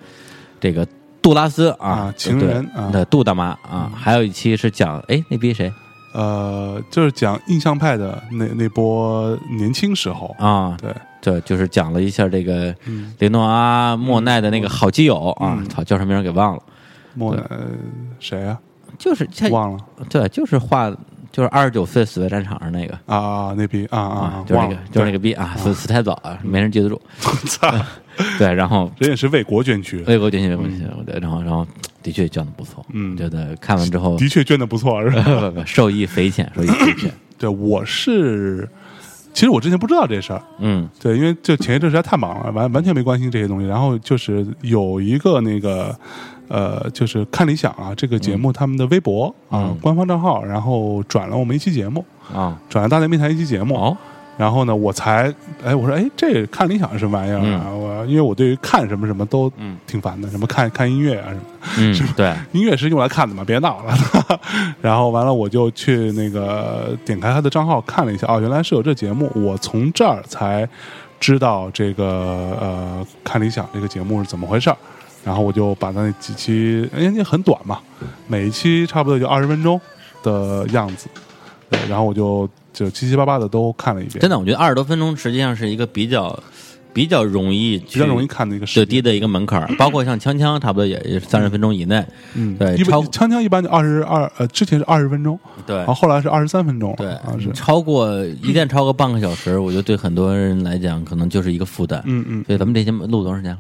B: 这个杜拉斯啊
A: 啊，情人
B: 对
A: 啊
B: 对杜大妈啊，还有一期是讲哎那逼谁
A: 呃，就是讲印象派的那那波年轻时候，
B: 啊，
A: 对，
B: 这就是讲了一下这个
A: 嗯，
B: 雷诺阿莫奈的那个好基友啊，操、叫什么名儿给忘了，
A: 莫奈呃谁啊？
B: 就是他，
A: 忘了
B: 对，就是画，就是二十九岁死在战场上那个
A: 啊啊，那逼啊啊，
B: 就是那
A: 忘
B: 个
A: 了，，
B: 就是
A: 个，
B: 那个逼啊，死死太早啊，没人记 得住，
A: 操，
B: 嗯对，然后
A: 人也是为国捐躯，
B: 为国捐血，为国捐血，然后然后的确讲的不错，
A: 嗯
B: 觉得看完之后
A: 的确捐的不错，是吧？
B: 不不 受益匪浅，受益 匪浅，
A: 对，我是，其实我之前不知道这事儿，
B: 嗯
A: 对，因为就前一阵实在太忙了，完完全没关心这些东西。然后就是有一个那个呃，就是看理想啊这个节目他们的微博啊、
B: 嗯
A: 官方账号，然后转了我们一期节目，
B: 啊，
A: 转了大内密谈一期节目。
B: 哦，
A: 然后呢，我才哎，我说哎，这看理想是什么玩意儿啊？我因为我对于看什么什么都
B: 嗯
A: 挺烦的，什么看看音乐啊什么的。
B: 嗯，对，
A: 音乐是用来看的嘛，别闹了。 然后完了，我就去那个点开他的账号看了一下，哦，原来是有这节目。我从这儿才知道这个呃，看理想这个节目是怎么回事儿。然后我就把那几期，因为很短嘛，每一期差不多就二十分钟的样子。对，然后我就就七七八八的都看了一遍，
B: 真的，我觉得二十多分钟实际上是一个比较比较容易
A: 比较容易看的一个
B: 最
A: 视频。
B: 低的一个门槛儿， 包括像锵锵，差不多也也三十分钟以内，
A: 嗯，
B: 对
A: 一般
B: 超
A: 锵锵一般就二十二，呃，之前是二十分钟，
B: 对
A: 然后后来是二十三分钟了，
B: 对嗯
A: 好像是，，
B: 超过一旦超过半个小时，我觉得对很多人来讲可能就是一个负担。
A: 嗯嗯，
B: 所以咱们这节目录多长时间了？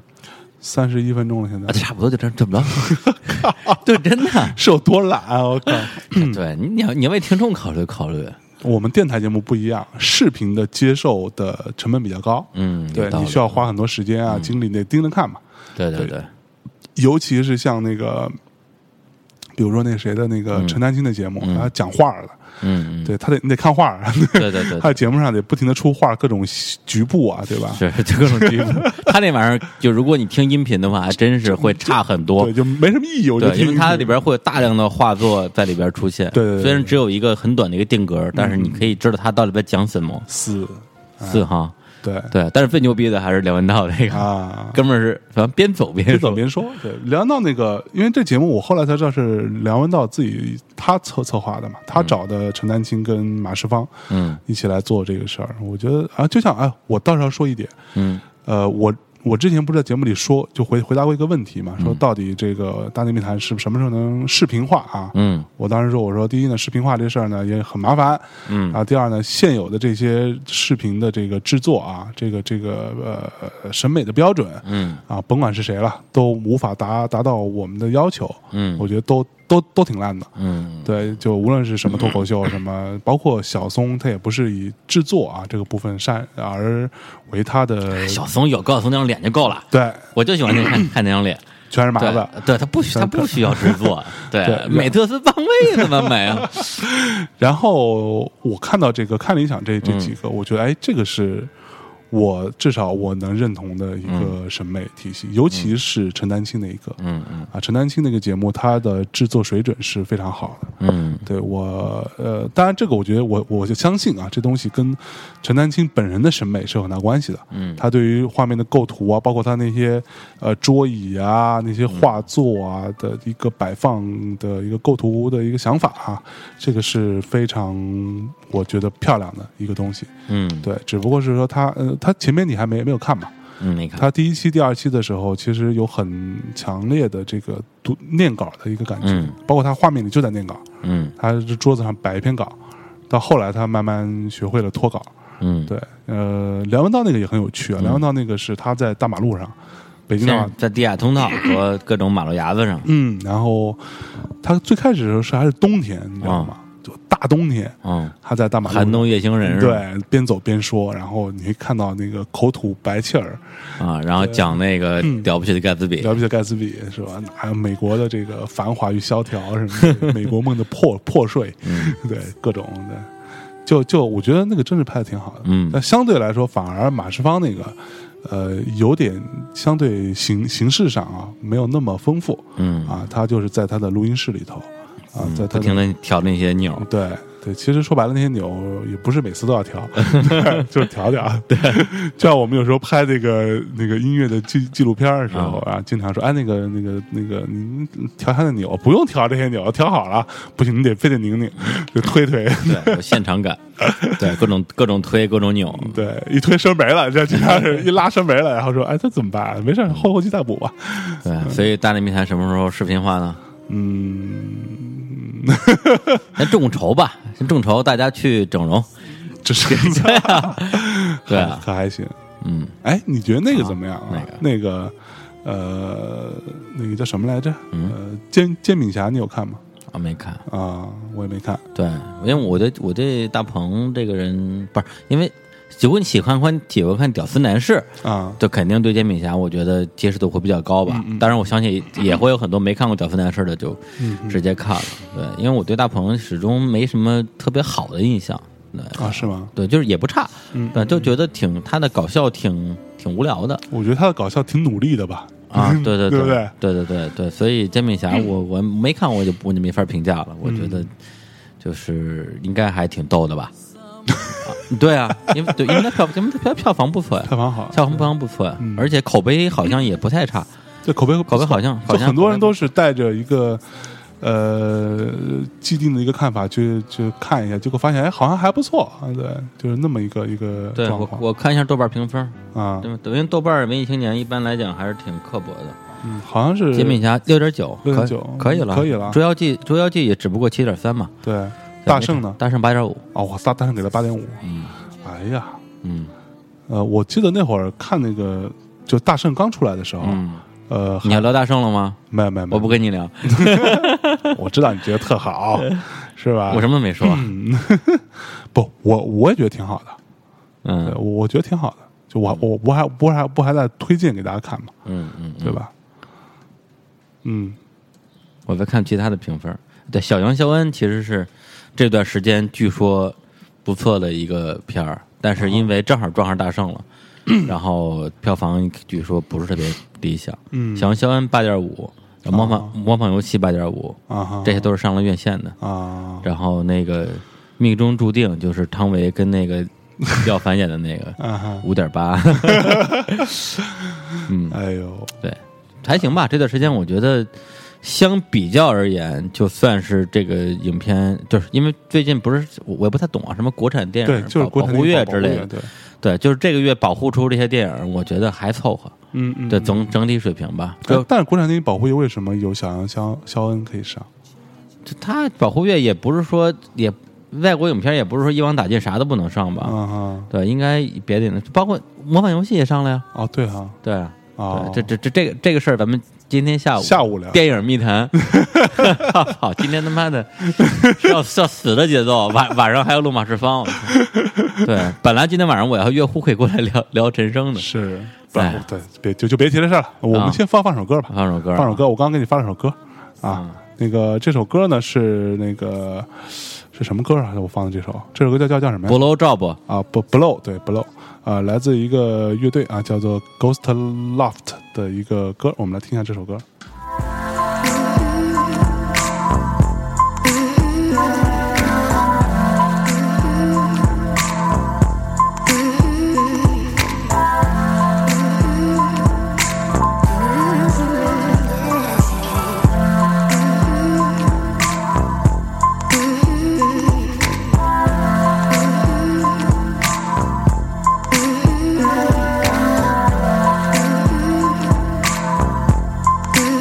A: 三十一分钟了，现在
B: 啊，差不多就这样这么着， 对，真的，
A: 是有多懒啊！我靠，
B: 对你你要你为听众考虑考虑，
A: 我们电台节目不一样，视频的接受的成本比较高，
B: 嗯，有
A: 对
B: 道
A: 你
B: 理嗯
A: 需要花很多时间啊、精力，你得盯着看嘛。
B: 对对对，
A: 尤其是像那个，比如说那谁的那个陈丹青的节目，他讲画的，
B: 嗯嗯，
A: 对他得你得看画，
B: 对对对
A: 他，的节目上得不停的出画，各种局部啊，对吧？
B: 是就各种局部，他那玩意儿就如果你听音频的话，还真是会差很多
A: 对，。就没什么意义，我觉得
B: 对，因为
A: 听
B: 它里边会有大量的画作在里边出现，
A: 对对对嗯
B: 虽然只有一个很短的一个定格，但是你可以知道他到底在讲什么。
A: 死，啊
B: 是哈，
A: 对
B: 对，但是最牛逼的还是梁文道这个，
A: 啊。
B: 哥们儿是反正边走边
A: 边
B: 说
A: 走边说，对梁文道那个，因为这节目我后来才知道是梁文道自己他策策划的嘛，他找的陈丹青跟马世芳
B: 嗯
A: 一起来做这个事儿。我觉得啊，就像哎，我到时候说一点，
B: 嗯
A: 呃，我我之前不是在节目里说，就回回答过一个问题嘛，说到底这个大内密谈是什么时候能视频化啊？
B: 嗯
A: 我当时说，我说第一呢，视频化这事儿呢也很麻烦，
B: 嗯
A: 啊，第二呢，现有的这些视频的这个制作啊，这个这个呃审美的标准，
B: 嗯
A: 啊，甭管是谁了，都无法达达到我们的要求。
B: 嗯
A: 我觉得都都都挺烂的。
B: 嗯，
A: 对，就无论是什么脱口秀，什么包括小松，他也不是以制作啊这个部分善而为他的，
B: 哎小怂有高晓松那张脸就够了，
A: 对，
B: 我就喜欢那 看看那张脸，
A: 全是麻
B: 对
A: 子。
B: 对，他不需他不需要制 作，对，
A: 对
B: 美特斯邦威怎么美 啊？
A: 然后我看到这个看理想这
B: 嗯
A: 这几个，我觉得哎，这个是我至少我能认同的一个审美体系，尤其是陈丹青的一个。
B: 嗯嗯
A: 啊，陈丹青那个节目，他的制作水准是非常好的，
B: 嗯
A: 对我，呃，当然这个我觉得我我就相信啊，这东西跟陈丹青本人的审美是有很大关系的。
B: 嗯
A: 他对于画面的构图啊，包括他那些呃桌椅啊、那
B: 嗯
A: 些画作啊的一个摆放的一个构图的一个想法啊，这个是非常我觉得漂亮的一个东西。
B: 嗯
A: 对，只不过是说他呃，他前面你还没没有看嘛，
B: 嗯，没看，
A: 他第一期、第二期的时候，其实有很强烈的这个读念稿的一个感觉，
B: 嗯
A: 包括他画面里就在念稿。
B: 嗯
A: 他这桌子上摆一篇稿，到后来他慢慢学会了脱稿。
B: 嗯，
A: 对，呃，梁文道那个也很有趣啊。梁文道那个是他在大马路上，北京大
B: 在
A: 马，
B: 在地下通道和各种马路牙子上，
A: 嗯，然后他最开始的时候是还是冬天，你知道吗？就大冬天，
B: 嗯，
A: 他在大马路上
B: 啊寒冬夜行人是吧？
A: 对边走边说，然后你会看到那个口吐白气儿，
B: 啊，然后讲那个
A: 嗯
B: 了不起的盖茨比，
A: 了不起的盖茨比是吧？还有美国的这个繁华与萧条什么的，美国梦的破破碎，
B: 嗯
A: 对各种的，就就我觉得那个真是拍的挺好的。
B: 嗯
A: 但相对来说，反而马世芳那个，呃，有点相对形形式上啊，没有那么丰富
B: 嗯，
A: 啊。他就是在他的录音室里头啊，在他
B: 不停
A: 的
B: 的调那些钮儿，
A: 对对，其实说白了，那些钮也不是每次都要 调， 对就是调调。对，就像我们有时候拍那个那个音乐的纪纪录片的时候啊，经常说，哎，那个那个那个，你调一下那钮，不用调这些钮，调好了，不行，你得非得拧拧，就推推，
B: 对，有现场 感，对，各种各种推，各种扭，
A: 对，一推声没了，这经常是一拉声没了，然后说，哎，这怎么办？没事儿，后后期再补吧。
B: 对，所以大内密谈什么时候视频化呢？
A: 嗯，
B: 先众筹吧，先众筹，大家去整容，
A: 这是
B: 对啊，
A: 可还行。
B: 嗯，
A: 哎，你觉得那个怎么样啊？
B: 啊
A: 那个，呃，那个叫什么来着？
B: 嗯
A: 呃，煎煎饼侠，你有看吗？
B: 我啊没看，
A: 啊，我也没看。
B: 对，因为我对我对大鹏这个人不是因为。如果你喜欢看喜欢看屌丝男士，
A: 啊，
B: 就肯定对煎饼侠，我觉得接受度会比较高吧。当然，我相信也会有很多没看过《屌丝男士》的就直接看了。对，因为我对大鹏始终没什么特别好的印象。对
A: 啊，是吗？
B: 对，就是也不差，
A: 嗯
B: 对，就觉得挺他的搞笑挺挺无聊的
A: 我觉得他的搞笑挺努力的吧？
B: 啊。对对
A: 嗯对不
B: 对
A: 对
B: 对对对对，所以煎饼侠我我没看过我就我就没法评价了。我觉
A: 嗯
B: 得就是应该还挺逗的吧。啊对啊，因为对，因为他票因为他票票房不错呀，
A: 票房嗯好，
B: 票房不房不错，而且口碑好像也不太差，
A: 这口碑
B: 口碑好像好
A: 就
B: 像
A: 很多人都是带着一个呃既定的一个看法去去看一下，结果发现哎好像还不错，啊对，就是那么一个一个
B: 对
A: 状
B: 我
A: 况
B: 我看一下豆瓣评分，
A: 啊，
B: 对吧？因为豆瓣文艺青年一般来讲还是挺刻薄的，
A: 嗯，好像是
B: 煎饼侠六点九，可
A: 6.9
B: 可以了，
A: 嗯可以了
B: 捉妖记捉妖记也只不过七点三嘛，
A: 对大圣呢？
B: 大圣八点五，
A: 哦，我大大圣给了八点五，
B: 嗯
A: 哎呀，
B: 嗯
A: 呃，我记得那会儿看那个就大圣刚出来的时候，
B: 嗯，
A: 呃，
B: 你要聊大圣了吗？
A: 没有没有没
B: 我
A: 有，
B: 不跟你聊，
A: 我知道你觉得特 好，是吧？
B: 我什么都没说，啊
A: 不，我我也觉得挺好的，对
B: 嗯
A: 我我觉得挺好的。就我我我还不还不还在推荐给大家看嘛，
B: 嗯嗯，
A: 对吧？嗯，
B: 我在看其他的评分，对，小羊肖恩其实是这段时间据说不错的一个片儿，但
A: 哦
B: 是因为正好撞上大圣 了，然后票房据说不是特别理想，
A: 嗯哦
B: 小羊肖恩八点五，模仿、模仿游戏八点五，
A: 啊哈
B: 这些都是上了院线的，
A: 啊
B: 然后那个命中注定就是汤唯跟那 个廖凡演的那个
A: 啊哈，
B: 五点八， 嗯
A: 哎呦，
B: 对，还行吧。这段时间我觉得，相比较而言，就算是这个影片，就是因为最近不是我我也不太懂啊，什么国产电影
A: 对，就是
B: 保
A: 国
B: 保
A: 产
B: 护
A: 电
B: 月
A: 影
B: 之类的，
A: 对，
B: 对，就是这个月保护出这些电影，我觉得还凑合。
A: 嗯嗯，
B: 对，
A: 嗯
B: 总整体水平吧，呃
A: 但
B: 就
A: 但是国产电影保护月为什么有小羊肖肖恩可以上？
B: 就他保护月也不是说也外国影片也不是说一网打尽啥都不能上吧，
A: 啊哈，
B: 对，应该别的也能包括模仿游戏也上了呀，
A: 哦对哈，
B: 对啊，
A: 哦，
B: 对这这这这个这个事儿，咱们今天下午
A: 下午聊
B: 电影 密谈。 好，今天他妈的是要是要死的节奏，晚晚上还要录马世芳。我操对，本来今天晚上我要约胡奎过来聊聊陈升的，
A: 是，不
B: 哎
A: 对，别就就别提这事儿了，我
B: 啊
A: 们先放放首歌吧，
B: 放首歌，
A: 放首，歌，我刚刚给你发了首歌啊，那个这首歌呢是那个是什么歌啊？我放的这首，这首歌叫叫叫什么
B: 不
A: 呀？
B: 露照不？
A: 啊，不 blow 对 blow 啊，来自一个乐队啊，叫做 Ghost Loft 的一个歌，我们来听一下这首歌。
C: Ooh,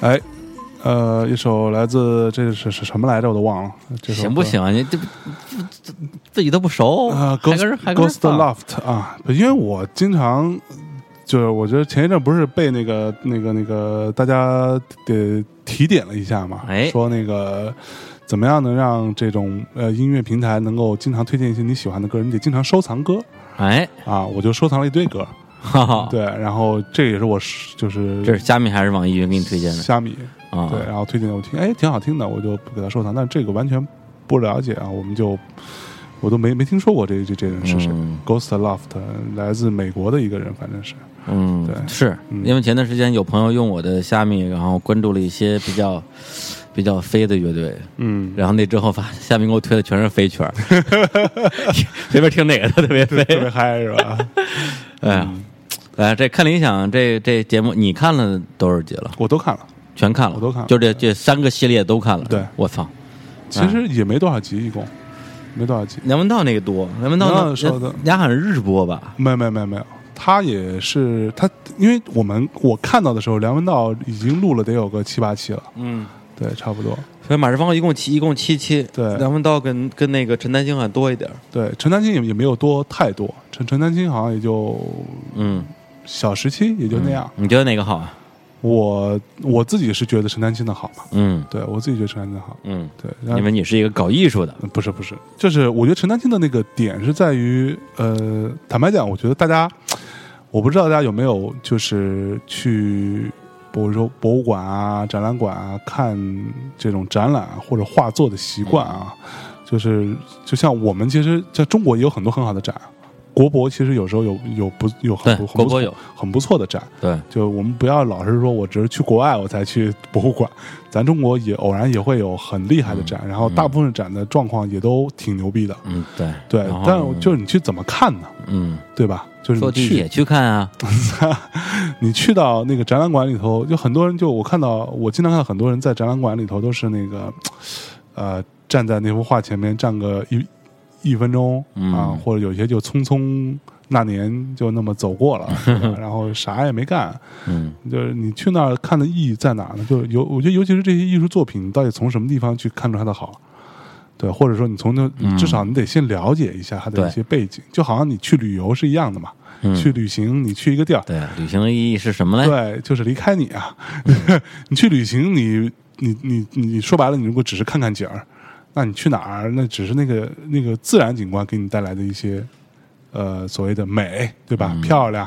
A: 哎呃，一首来自这是是什么来着，我都忘了。这首歌
B: 行不行啊？你这不这自己都不熟，
A: 啊
B: 还跟人
A: ？Ghost
B: 还跟人
A: Ghost
B: 放
A: Loft 啊，因为我经常就是我觉得前一阵不是被那个那个那个大家得提点了一下嘛，
B: 哎
A: 说那个怎么样能让这种呃音乐平台能够经常推荐一些你喜欢的歌，你得经常收藏歌
B: 哎，
A: 啊，我就收藏了一堆歌，
B: 哈哈，
A: 对，然后这也是我是就是
B: 啊这是虾米还是网易云给你推荐的
A: 虾米
B: 啊？
A: 对，然后推荐我听，哎，挺好听的，我就给他收藏。但这个完全不了解啊，我们就我都没没听说过这这这人是谁、
B: 嗯
A: g h o s t Loft 来自美国的一个人，反正是
B: 嗯，
A: 对
B: 是
A: 嗯
B: 因为前段时间有朋友用我的虾米，然后关注了一些比较比较飞的乐队，
A: 嗯，
B: 然后那之后发现虾米给我推的全是飞 圈儿，随便听哪个都特别飞。
A: 特别嗨是吧？
B: 哎呀，
A: 嗯
B: 哎，这看理想这这节目你看了多少集了？
A: 我都看了，
B: 全看了，
A: 我都看了
B: 就这这三个系列都看了。
A: 对
B: 我操，
A: 其
B: 哎
A: 实也没多少集，一共没多少集，
B: 梁文道那个多，梁文道
A: 梁
B: 那
A: 文道说的
B: 俩好像日播吧？
A: 没有没有没有没有。他也是他，因为我们我看到的时候，梁文道已经录了得有个七八期了，
B: 嗯，
A: 对，差不多。
B: 所以马世芳一共七一共七期，
A: 对
B: 梁文道跟跟那个陈丹青好像多一点儿。
A: 对，陈丹青也也没有多太多，陈陈丹青好像也就
B: 嗯，
A: 小时期也就那样。
B: 你觉得哪个好啊？
A: 我我自己是觉得陈丹青的好嘛，
B: 嗯
A: 对我自己觉得陈丹青的好，
B: 嗯，
A: 对，
B: 因
A: 然后
B: 为你是一个搞艺术的，
A: 不是不是，就是我觉得陈丹青的那个点是在于，呃，坦白讲，我觉得大家，我不知道大家有没有就是去，比如说博物馆啊、展览馆啊看这种展览啊或者画作的习惯啊，
B: 嗯
A: 就是就像我们其实在中国也有很多很好的展，国博其实有时候有有不有很
B: 对，
A: 不很不
B: 国
A: 错
B: 博有，
A: 很不错的展，
B: 对，
A: 就我们不要老是说我只是去国外我才去博物馆，咱中国也偶然也会有很厉害的展，然后大部分展的状况也都挺牛逼的，
B: 嗯对
A: 对
B: 然后。
A: 但就是你去怎么看呢？
B: 嗯，
A: 对吧？就是
B: 坐
A: 你
B: 地
A: 去
B: 铁，去看啊，
A: 你去到那个展览馆里头，就很多人就我看到，我经常看到很多人在展览馆里头都是那个，呃，站在那幅画前面站个一一分钟
B: 嗯
A: 啊，或者有些就匆匆那年就那么走过了，对吧然后啥也没干。
B: 嗯
A: 就是你去那儿看的意义在哪儿呢？就是尤我觉得尤其是这些艺术作品，到底从什么地方去看出它的好？对，或者说你从那
B: 嗯
A: 至少你得先了解一下它的
B: 对
A: 一些背景，就好像你去旅游是一样的嘛。
B: 嗯，
A: 去旅行，你去一个地儿，
B: 对，旅行的意义是什么嘞？
A: 对，就是离开你啊。 你去旅行，你你你你你说白了，你如果只是看看景儿，那你去哪儿？那只是那个那个自然景观给你带来的一些呃所谓的美，对吧？漂亮、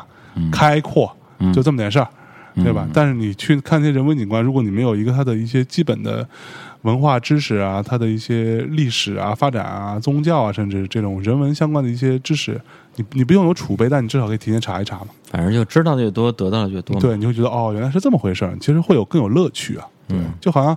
A: 开阔，就这么点事儿，对吧？但是你去看那些人文景观，如果你没有一个它的一些基本的。文化知识啊，它的一些历史啊、发展啊、宗教啊，甚至这种人文相关的一些知识，你你不用有储备，但你至少可以提前查一查嘛。
B: 反正就知道的越多，得到的越多嘛。
A: 对，你会觉得哦，原来是这么回事儿，其实会有更有乐趣啊。对，就好像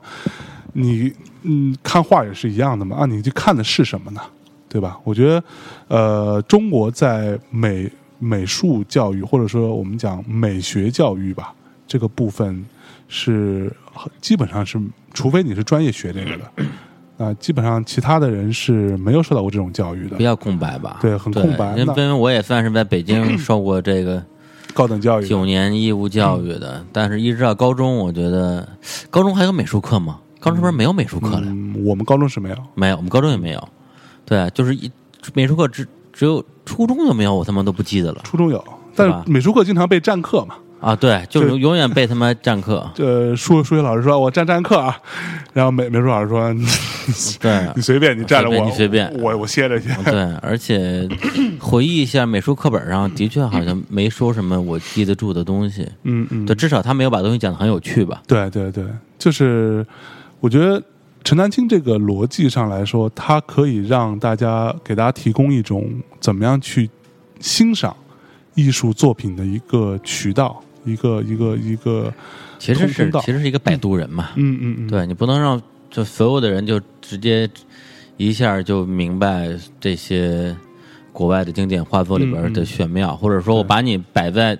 A: 你嗯看画也是一样的嘛，啊，你去看的是什么呢？对吧？我觉得呃，中国在美美术教育或者说我们讲美学教育吧，这个部分是基本上是，除非你是专业学这个的。啊、基本上其他的人是没有受到过这种教育的
B: 比，较空白吧？
A: 对很空白
B: 因为
A: 那
B: 因为我也算是在 北京受过这个
A: 高等教育的
B: 九年义务教育
A: 嗯
B: 的，但是一直到高中，我觉得高中还有美术课吗？高中是不是没有美术课了？
A: 嗯，我们高中是没有，
B: 没有，我们高中也没有。对，就是一美术课只只有初中有没有，我他妈都不记得了
A: 初中有，但
B: 吧
A: 是美术课经常被占课嘛，
B: 啊！对，就
A: 就是
B: 永远被他妈占课。
A: 呃，数数学老师说我站站课啊，然后美美术老师说 你
B: 对
A: 你随便，你站着
B: 随便
A: 我
B: 你随便
A: 我我歇着去。
B: 对，而且回忆一下美术课本上，的确好像没说什么我记得住的东西。
A: 嗯嗯，
B: 对，至少他没有把东西讲的很有趣吧？
A: 对对对，就是我觉得陈丹青这个逻辑上来说，它可以让大家给大家提供一种怎么样去欣赏艺术作品的一个渠道，一个一个一个，
B: 其实
A: 通
B: 是
A: 道
B: 其实是一个摆渡人嘛。
A: 嗯嗯嗯，
B: 对你不能让就所有的人就直接一下就明白这些国外的经典画作里边
A: 嗯
B: 的玄妙，或者说我把你摆在，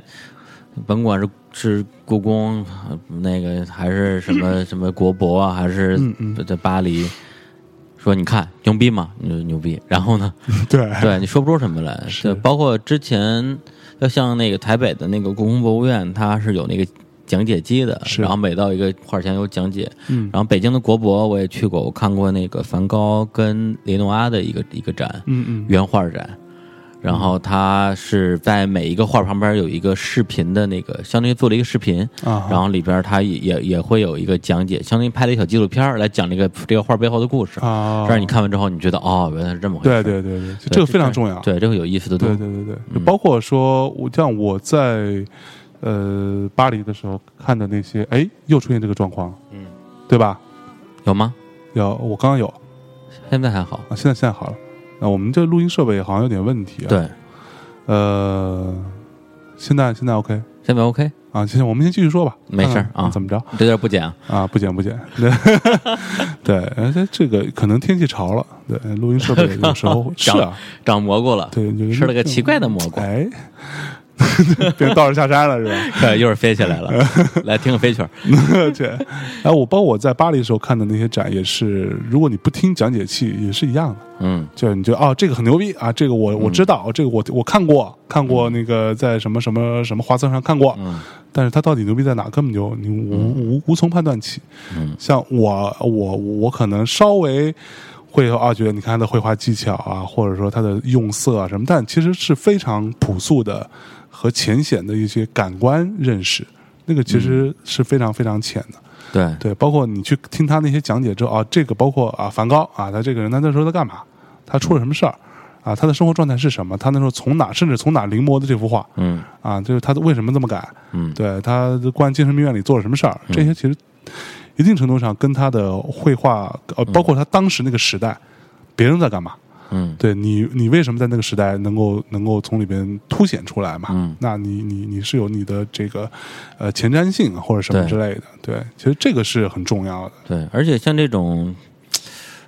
B: 甭管是是故宫呃那个还是什么、 什么国博啊，还是
A: 嗯嗯
B: 在巴黎，说你看牛逼吗？你就牛逼。然后呢，
A: 嗯对
B: 对你说不出什么来。
A: 是
B: 对，包括之前要像那个台北的那个故宫博物院，它是有那个讲解机的，
A: 是
B: 然后每到一个画前有讲解。
A: 嗯
B: 然后北京的国博我也去过，我看过那个梵高跟雷诺阿的一个一个展，
A: 嗯嗯
B: 原画展。然后它是在每一个画旁边有一个视频的那个，相当于做了一个视频，
A: 啊，
B: 然后里边它也也也会有一个讲解，相当于拍了一小纪录片儿来讲这个这个画背后的故事，
A: 啊，
B: 让你看完之后你觉得哦，原来是这么回
A: 对
B: 事。
A: 对对对，这个非常重要。
B: 对，这会有意思的多。
A: 啊
B: 嗯
A: 对对对对，就包括说，我像我在呃巴黎的时候看的那些，哎，又出现这个状况，
B: 嗯，
A: 对吧？
B: 有吗？
A: 有，我刚刚有啊，
B: 现在还好。
A: 现在现在好了。啊，我们这录音设备好像有点问题啊。，
B: 对，
A: 呃，现在现在 OK
B: 现在 OK，
A: 啊，现在我们先继续说吧，
B: 没事儿
A: 看看
B: 啊
A: 怎么着
B: 这段不剪啊。
A: 啊？不剪不剪，对， 对，而且这个可能天气潮了，对，录音设备有时 候是
B: 长
A: 啊，
B: 长蘑菇了，
A: 对，有
B: 吃了个奇怪的蘑菇，
A: 哎， 变道士下山了是吧？
B: 又是飞起 来了。来听个飞曲儿，
A: 对，哎，我包括我在巴黎的时候看的那些展也是，如果你不听讲解器也是一样的，
B: 嗯，
A: 就是你觉得哦，这个很牛逼啊，这个我我知道，这个我我看过，看过那个在什么什么什么画册上看过，
B: 嗯
A: 但是它到底牛逼在哪，根本就你无、无无从判断起。
B: 嗯
A: 像我我我可能稍微。会有啊，觉得你看他的绘画技巧啊，或者说他的用色啊什么，但其实是非常朴素的和浅显的一些感官认识，那个其
B: 嗯
A: 实是非常非常浅的。
B: 对，
A: 对，包括你去听他那些讲解之后啊，这个包括啊，梵高啊，他这个人他那时候在干嘛？他出了什么事儿？啊，他的生活状态是什么？他那时候从哪，甚至从哪临摹的这幅画
B: 嗯
A: 啊？就是他为什么这么改？
B: 嗯，
A: 对他关精神病院里做了什么事儿？这些其实一定程度上跟他的绘画，呃，包括他当时那个时代，别人在干嘛？
B: 嗯
A: 对你，你为什么在那个时代能够能够从里边凸显出来嘛？
B: 嗯
A: 那你你你是有你的这个呃前瞻性或者什么
B: 对
A: 之类的，对，其实这个是很重要的。
B: 对，而且像这种。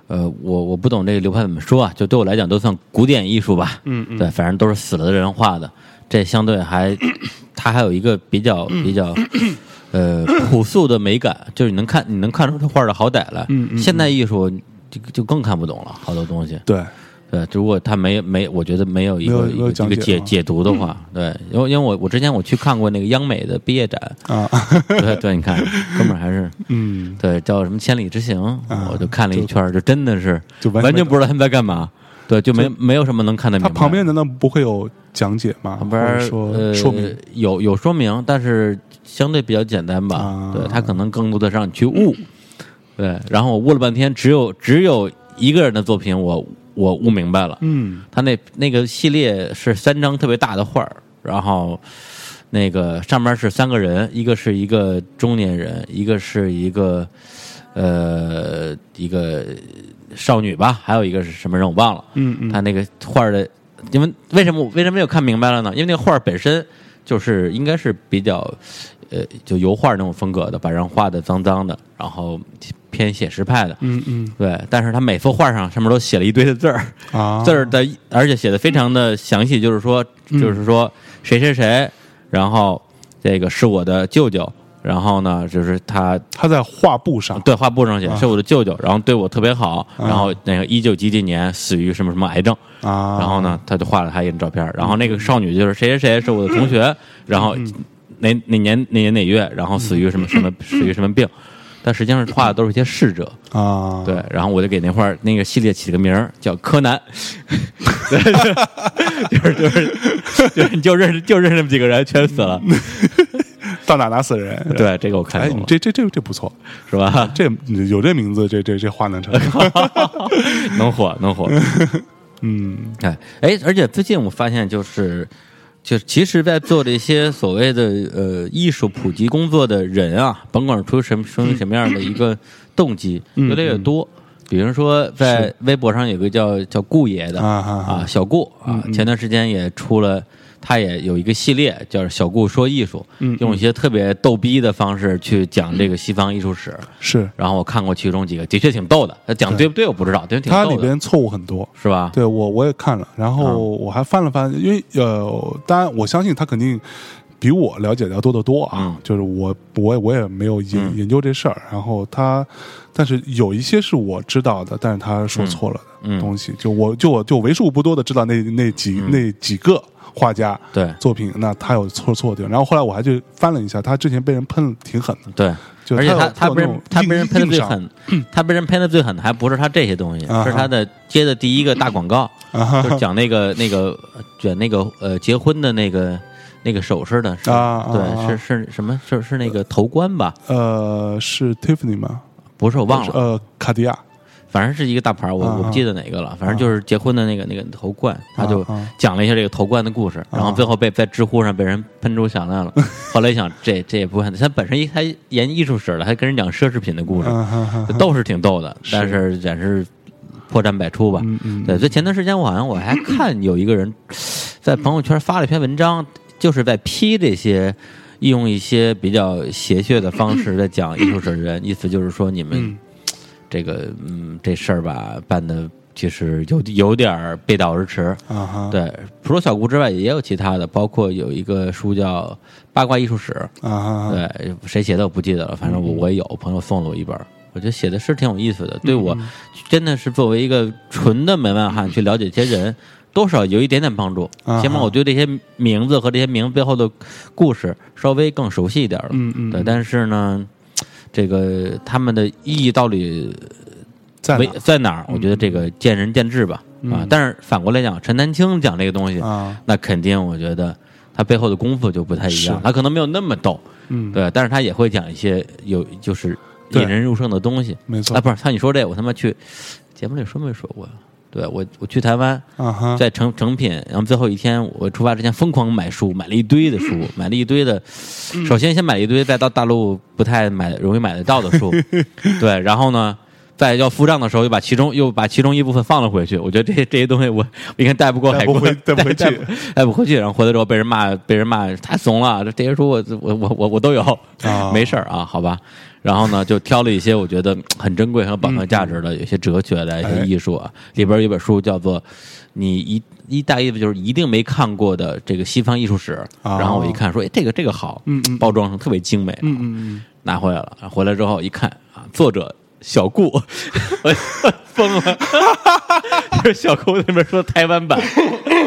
B: 呃，我我不懂这个流派怎么说啊，就对我来讲都算古典艺术吧。
A: 嗯嗯
B: 对，反正都是死了的人画的，这相对还， 它还有一个比较
A: 嗯
B: 比较，呃，朴素的美感，就是你能看你能看出这画的好歹来。
A: 嗯嗯嗯
B: 现代艺术就就更看不懂了，好多东西。
A: 对，
B: 对，如果他没没，我觉得没有一
A: 没有
B: 个
A: 没有
B: 一个
A: 讲解嗯
B: 一个解
A: 啊
B: 解读的话，对，因为因为我我之前我去看过那个央美的毕业展，
A: 啊，
B: 对对，你看，哥们儿还是
A: 嗯，
B: 对叫什么《千里之行》，
A: 啊
B: 我就看了一圈儿，就真的是
A: 就完全
B: 完全不知道他们在干嘛，对，就没没有什么能看得明
A: 它
B: 白。
A: 旁边难道不会有讲解吗？
B: 旁边
A: 或
B: 儿
A: 者说、
B: 呃
A: 说明
B: 有有说明，但是相对比较简单吧，
A: 啊
B: 对，他可能更多的让你去悟，对，然后我悟了半天，只有只有一个人的作品我我悟明白了。
A: 嗯
B: 他那那个系列是三张特别大的画儿，然后那个上面是三个人，一个是一个中年人，一个是一个呃一个少女吧，还有一个是什么人我忘了。
A: 嗯嗯，
B: 他那个画儿的，因为为什么为什么没有看明白了呢？因为那个画儿本身就是应该是比较呃就油画那种风格的，把人画的脏脏的，然后偏写实派的。
A: 嗯嗯
B: 对，但是他每幅画上上面都写了一堆的字儿，
A: 啊，嗯
B: 字儿的，而且写的非常的详细，就是说，就是说谁谁谁，然后这个是我的舅舅，然后呢，就是他
A: 他在画布上，
B: 对画布上写
A: 啊
B: 是我的舅舅，然后对我特别好，
A: 啊
B: 然后那个一九几几年死于什么什么癌症，
A: 啊，嗯
B: 然后呢，他就画了他一张照片儿，然后那个少女就是谁谁谁是我的同学，然后哪哪年哪年哪月，然后死于什么
A: 嗯
B: 什么死于什么病，但实际上画的都是一些逝者，
A: 啊，
B: 对，然后我就给那画儿那个系列起了个名儿叫柯 南，对，就是就是就是你就认识就认识那么几个人，全死了。
A: 到哪打死人，
B: 对，这个我看
A: 哎，
B: 懂
A: 你
B: 了，
A: 这这这这不错，
B: 是吧？
A: 这有这名字，这这这话能 成，
B: 能火能 火。
A: 嗯
B: 哎哎，而且最近我发现就是。就其实，在做这些所谓的呃艺术普及工作的人啊，甭管出于什么出于什么样的一个动机，
A: 嗯
B: 越来越多。比如说，在微博上有个叫叫顾爷的
A: 啊啊嗯
B: 啊，小顾啊，前段时间也出了，他也有一个系列叫《小顾说艺术》，
A: 嗯
B: 用一些特别逗逼的方式去讲这个西方艺术史。
A: 是。
B: 然后我看过其中几个，的确挺逗的。呃讲对不对我不知道，但是挺
A: 它里
B: 逗的，
A: 边错误很多，
B: 是吧？
A: 对我我也看了，然后
B: 嗯
A: 我还翻了翻，因为呃，当然我相信他肯定比我了解的要多得多啊。
B: 嗯
A: 就是我我也我也没有研、研究这事儿，然后他，但是有一些是我知道的，但是他说错了的
B: 嗯
A: 东西，就我就我就为数不多的知道那那几、那几个画家
B: 对
A: 作品，那他有错错的地方。然后后来我还去翻了一下，他之前被人喷得挺狠的，
B: 对，
A: 就
B: 而且他
A: 他有
B: 被
A: 有
B: 人
A: 那种
B: 他被
A: 硬
B: 人喷的
A: 硬
B: 最
A: 伤
B: 狠，他被人喷的最狠的还不是他这些东西，
A: 啊哈
B: 是他的接的第一个大广告，
A: 啊哈
B: 就是讲那个那个卷那个呃结婚的那个那个首饰的，是
A: 啊啊
B: 对，
A: 啊
B: 是是什么？是是那个头冠吧？
A: 呃，是 Tiffany 吗？
B: 不是，我忘了，
A: 呃，卡地亚，
B: 反正是一个大牌，我
A: 啊啊
B: 我不记得哪个了，反正就是结婚的那个那个头冠，他就
A: 啊啊
B: 讲了一下这个头冠的故事，然后最后被在知乎上被人喷出 响亮了。后来一想，这这也不可能，他本身一他研艺术史了，还跟人讲奢侈品的故事，
A: 嗯哈 哈哈
B: 都是挺逗的，但是也是破绽百出吧。
A: 嗯嗯，
B: 对，所以前段时间我好像我还看有一个人在朋友圈发了一篇文章，就是在批这些用一些比较邪谑的方式在讲艺术史的人，意思就是说你们
A: 嗯
B: 这个嗯这事儿吧办的其实有有点儿背道而驰。
A: 啊哈，
B: 对，除了小顾之外，也有其他的，包括有一个书叫《八卦艺术史》，
A: 啊哈哈，
B: 对，谁写的我不记得了，反正
A: 嗯
B: 我我也有朋友送了我一本儿，我觉得写的是挺有意思的。对
A: 嗯
B: 我真的是作为一个纯的门 外汉去了解一些人，多少有一点点帮助
A: 啊。
B: 起码我对这些名字和这些名字背后的故事稍微更熟悉一点了。
A: 嗯嗯，
B: 对，但是呢，这个他们的意义到底
A: 在
B: 为
A: 哪嗯
B: 在哪儿？我觉得这个见仁见智吧。啊，但是反过来讲，陈丹青讲这个东西，
A: 啊？
B: 那肯定我觉得他背后的功夫就不太一样
A: 是，
B: 他可能没有那么逗，
A: 嗯，
B: 对，但是他也会讲一些有就是
A: 对
B: 引人入胜的东西。
A: 没错
B: 啊，不是，像你说这，我他妈去节目里说没说过呀？对我，我去台湾，
A: 啊哈，
B: 在成成品，然后最后一天我出发之前疯狂买书，买了一堆的
A: 嗯
B: 书，买了一堆的，首先先买了一堆在到大陆不太买容易买得到的 书，对，然后呢。在要付账的时候，又把其中又把其中一部分放了回去。我觉得这些这些东西我我应该带不过
A: 带
B: 海
A: 不
B: 关
A: 回，带不回
B: 带
A: 去
B: 不带不回去。然后回来之后被人骂，被人骂太怂了。这这些书我我我我我都有，
A: 啊
B: 没事儿啊，好吧。然后呢，就挑了一些我觉得嗯很珍贵、很有保存价值的，有些哲学的、一些
A: 哎
B: 艺术啊。里边有一本书叫做《你一一大意思就是一定没看过的这个西方艺术史》，
A: 啊
B: 然后我一看说，哎，这个这个好，
A: 嗯嗯
B: 包装上特别精美，啊
A: 嗯嗯
B: 拿回来了。回来之后一看啊，作者小顾， 我疯了，就是小顾那边说台湾版，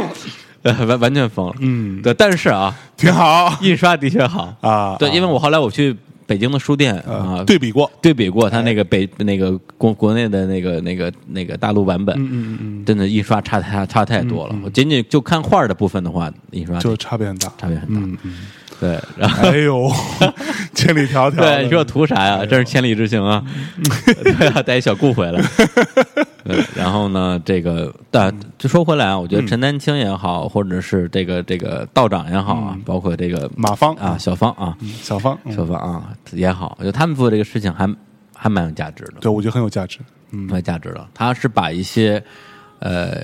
B: 呃完完全疯了。
A: 嗯，
B: 对，但是啊，
A: 嗯，挺好
B: 印刷的确好。
A: 啊。
B: 对，因为
A: 为
B: 我后来我去北京的书店啊，
A: 对比过，
B: 对比过他那个北那个国国内的那个那个那个大陆版本，
A: 嗯嗯
B: 真的印刷差差差太多了。我仅仅就看画儿的部分的话，印刷
A: 嗯，就是差别很大。
B: 差别很大。
A: 嗯嗯，
B: 对，然后哎
A: 哎呦，千里迢迢的，
B: 对你说图
A: 哎
B: 啥呀？真是千里之行 啊！对啊，带一小顾回来。对，然后呢，这个但就说回来啊，我
A: 嗯
B: 觉得陈丹青也好，或者是这个这个道长也好啊，包括这个
A: 嗯马芳
B: 啊，小芳啊，
A: 小芳，嗯
B: 小芳啊也好，我觉得他们做这个事情还还蛮有价值的。
A: 对我觉得很有价值。
B: 没有价值了。他是把一些，呃，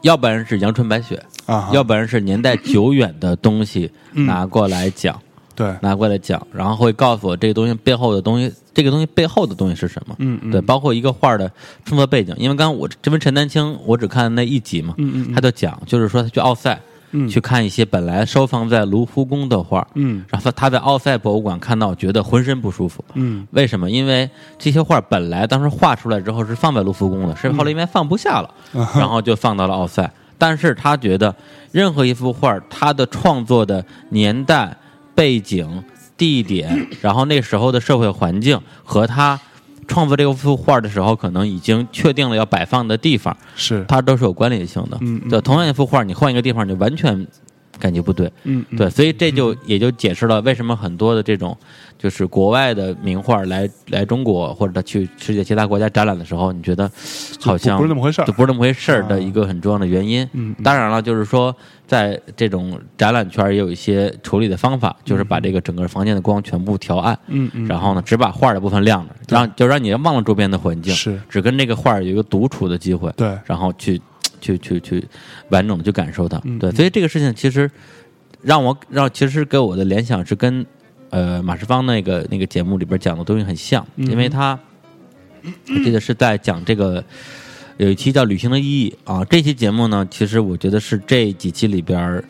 B: 要不然是阳春白雪，
A: 啊嗯哈
B: 要不然是年代久远的东西拿过来讲，
A: 对，
B: 拿过来讲，然后会告诉我这个东西背后的东西，这个东西背后的东西是什么。
A: 嗯嗯
B: 对，包括一个画的创作背景，因为刚刚我这边陈丹青，我只看那一集嘛，
A: 嗯
B: 他就讲，就是说他去奥赛，去看一些本来收放在卢浮宫的画，
A: 嗯
B: 然后他在奥赛博物馆看到，觉得浑身不舒服，
A: 嗯
B: 为什么？因为这些画本来当时画出来之后是放在卢浮宫的，是
A: 嗯
B: 后来因为放不下了，
A: 啊
B: 然后就放到了奥赛。但是他觉得任何一幅画，它的创作的年代、背景、地点， 然后那时候的社会环境和他创作这幅画的时候，可能已经确定了要摆放的地方，
A: 是，
B: 它都是有关联性的。
A: 嗯嗯
B: 对，同样一幅画，你换一个地方，你完全感觉不对。
A: 嗯
B: 对，所以这就也就解释了为什么很多的这种就是国外的名画来来中国或者他去世界其他国家展览的时候，你觉得好像
A: 不是那么回事儿
B: 就不是那么回事儿的一个很重要的原因。
A: 嗯
B: 当然了，就是说在这种展览圈儿也有一些处理的方法，就是把这个整个房间的光全部调暗，
A: 嗯嗯，
B: 然后呢只把画儿的部分亮着，让就让你忘了周边的环境，
A: 是
B: 只跟这个画儿有一个独处的机会。
A: 对，
B: 然后去去去去完整的去感受它。
A: 嗯
B: 对，所以这个事情其实让我让其实给我的联想是跟呃马世芳那个那个节目里边讲的东西很像，
A: 嗯
B: 因为他我记得是在讲这个。有一期叫《旅行的意义》啊，这期节目呢，其实我觉得是这几期里边儿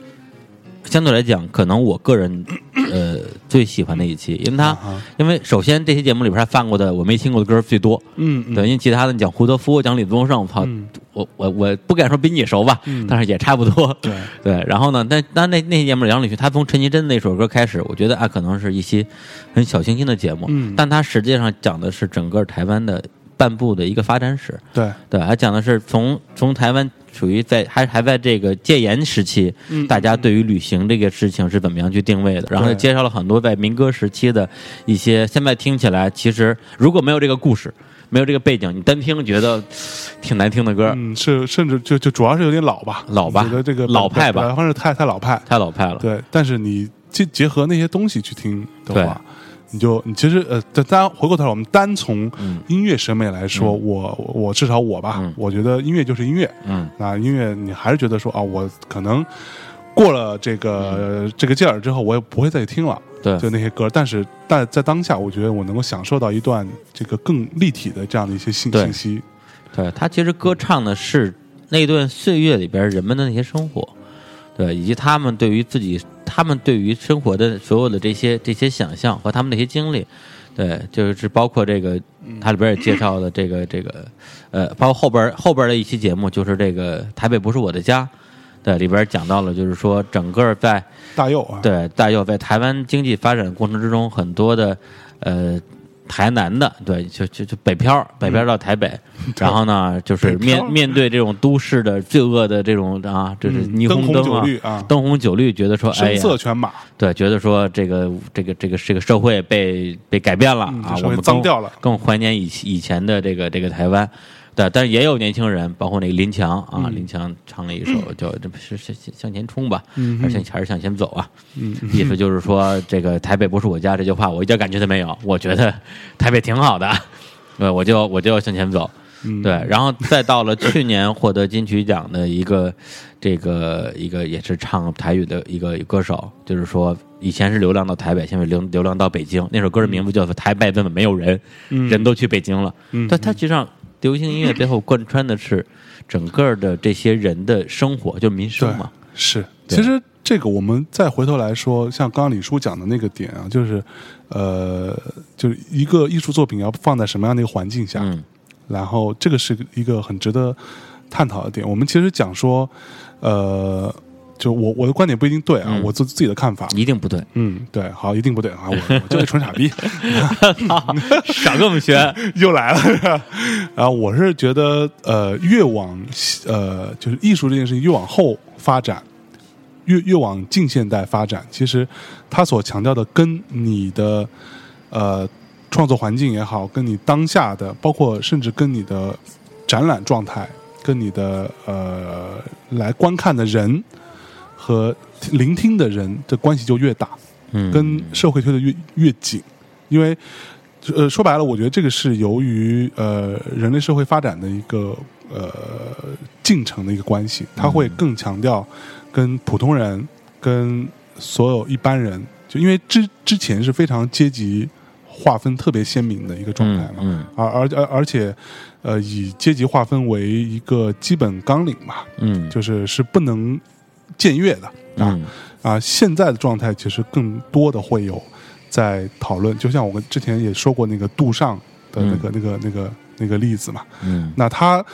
B: 相对来讲，可能我个人呃最喜欢的一期，因为他
A: 啊
B: 因为首先这期节目里边他放过的我没听过的歌最多，
A: 嗯嗯
B: 对，因为其他的你讲胡德夫、讲李宗盛，我操，我我我不敢说比你熟吧，但是也差不多。
A: 嗯 对
B: 对，然后呢，那那那那期节目杨礼群，他从陈绮贞那首歌开始，我觉得啊，可能是一期很小清新的节目，
A: 嗯
B: 但他实际上讲的是整个台湾的半部的一个发展史。
A: 对，
B: 对，他讲的是从从台湾属于在还还在这个戒严时期，大家对于旅行这个事情是怎么样去定位的，然后
A: 嗯对
B: 介绍了很多在民歌时期的一些，现在听起来其实如果没有这个故事，没有这个背景，你单听觉得 挺难听的歌，
A: 嗯，是甚至就就主要是有点老吧，
B: 老吧
A: 我觉得这个
B: 老派吧
A: 反正太太老派，
B: 太老派了。
A: 对，但是你结结合那些东西去听的
B: 对
A: 话，你就你其实呃，但当然回过头来，我们单从音乐审美来说，我我至少我吧，
B: 嗯
A: 我觉得音乐就是音乐，
B: 嗯，
A: 啊，音乐你还是觉得说啊，我可能过了这个、这个劲儿之后，我也不会再听了。
B: 嗯对
A: 就那些歌，但是但在当下，我觉得我能够享受到一段这个更立体的这样的一些信
B: 对
A: 信息。
B: 对他其实歌唱的是那段岁月里边人们的那些生活，对，以及他们对于自己、他们对于生活的所有的这些这些想象和他们的一些经历，对，就是包括这个，它里边也介绍了这个这个，呃，包括后边后边的一期节目就是这个台北不是我的家。对，里边讲到了，就是说整个在
A: 大佑啊，
B: 对大佑在台湾经济发展过程之中，很多的呃台南的，对，就就就北漂，北漂到台北，然后呢，就是
A: 北漂
B: 面面对这种都市的罪恶的这种啊，就是
A: 嗯
B: 霓
A: 灯
B: 虹
A: 红酒
B: 啊
A: 绿啊，
B: 灯红酒绿，觉得说哎
A: 声
B: 呀，
A: 色犬马，
B: 对，觉得说这个这个这个这个社会被被改变了
A: 嗯
B: 啊
A: 这，社
B: 我
A: 会
B: 们
A: 脏
B: 更
A: 掉了
B: 更怀念以以前的这个这个台湾。对，但是也有年轻人，包括那个林强啊，
A: 嗯
B: 林强唱了一首叫“这不是是是向前冲吧”，
A: 嗯
B: 而且还是向前走啊。
A: 嗯
B: 意思就是说，这个台北不是我家这句话，我一点感觉都没有。我觉得台北挺好的，对，我就我就要向前走。
A: 嗯
B: 对，然后再到了去年获得金曲奖的一个这个一个也是唱台语的一个歌手，就是说以前是流浪到台北，现在流流浪到北京。那首歌的名字叫做《台北怎么没有人》，人都去北京了。
A: 嗯
B: 但它实际上流行音乐背后贯穿的是整个的这些人的生活，就是民生
A: 对
B: 嘛。
A: 是，
B: 对
A: 其实这个我们再回头来说，像刚刚李叔讲的那个点啊，就是，呃，就是一个艺术作品要放在什么样的一个环境下，
B: 嗯
A: 然后这个是一个很值得探讨的点。我们其实讲说，呃，就我我的观点不一定对啊，
B: 嗯
A: 我自自己的看法，
B: 一定 不对，
A: 嗯，对，好，一定不对啊，我我就是纯傻逼，
B: 少跟我 们学。
A: 又来了。是吧然后我是觉得，呃，越往呃，就是艺术这件事情越往后发展，越越往近现代发展，其实它所强调的跟你的呃创作环境也好，跟你当下的，包括甚至跟你的展览状态，跟你的呃来观看的人和聆听的人的关系就越大。
B: 嗯，
A: 跟社会推的越越紧，因为呃说白了，我觉得这个是由于呃人类社会发展的一个呃进程的一个关系，
B: 嗯
A: 它会更强调跟普通人、跟所有一般人，就因为之之前是非常阶级划分特别鲜明的一个状态
B: 嗯
A: 嘛，
B: 嗯
A: 而而而而且呃以阶级划分为一个基本纲领吧，
B: 嗯，
A: 就是是不能僭越的。啊，
B: 嗯
A: 啊，现在的状态其实更多的会有在讨论，就像我们之前也说过那个杜尚的那个、那个那个那个例子嘛，
B: 嗯
A: 那他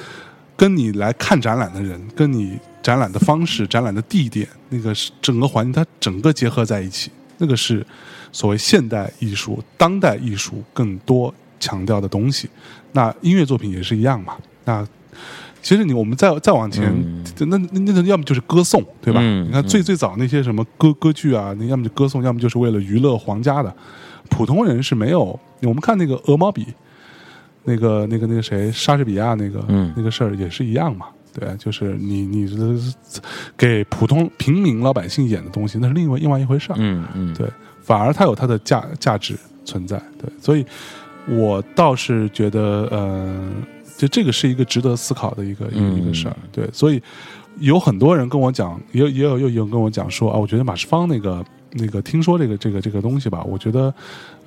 A: 跟你来看展览的人，跟你展览的方 式、展览的地点，那个是整个环境，它整个结合在一起，那个是所谓现代艺术、当代艺术更多强调的东西。那音乐作品也是一样嘛。那其实你我们再再往前，那那那要么就是歌颂，对吧？
B: 嗯
A: 你看最最早那些什么歌歌剧啊，那要么就歌颂，要么就是为了娱乐皇家的。普通人是没有，我们看那个《鹅毛笔》，那个那个那个谁，莎士比亚那个、
B: 嗯
A: 那个事儿也是一样嘛。对，就是你你这给普通平民老百姓演的东西，那是另外另外一回事儿。
B: 嗯嗯，
A: 对，反而它有它的价价值存在。对，所以我倒是觉得，呃，就这个是一个值得思考的一个一个、
B: 嗯
A: 一个事儿。对，所以有很多人跟我讲，也有也有也有人跟我讲说啊，我觉得马世芳那个那个听说这个这个这个东西吧，我觉得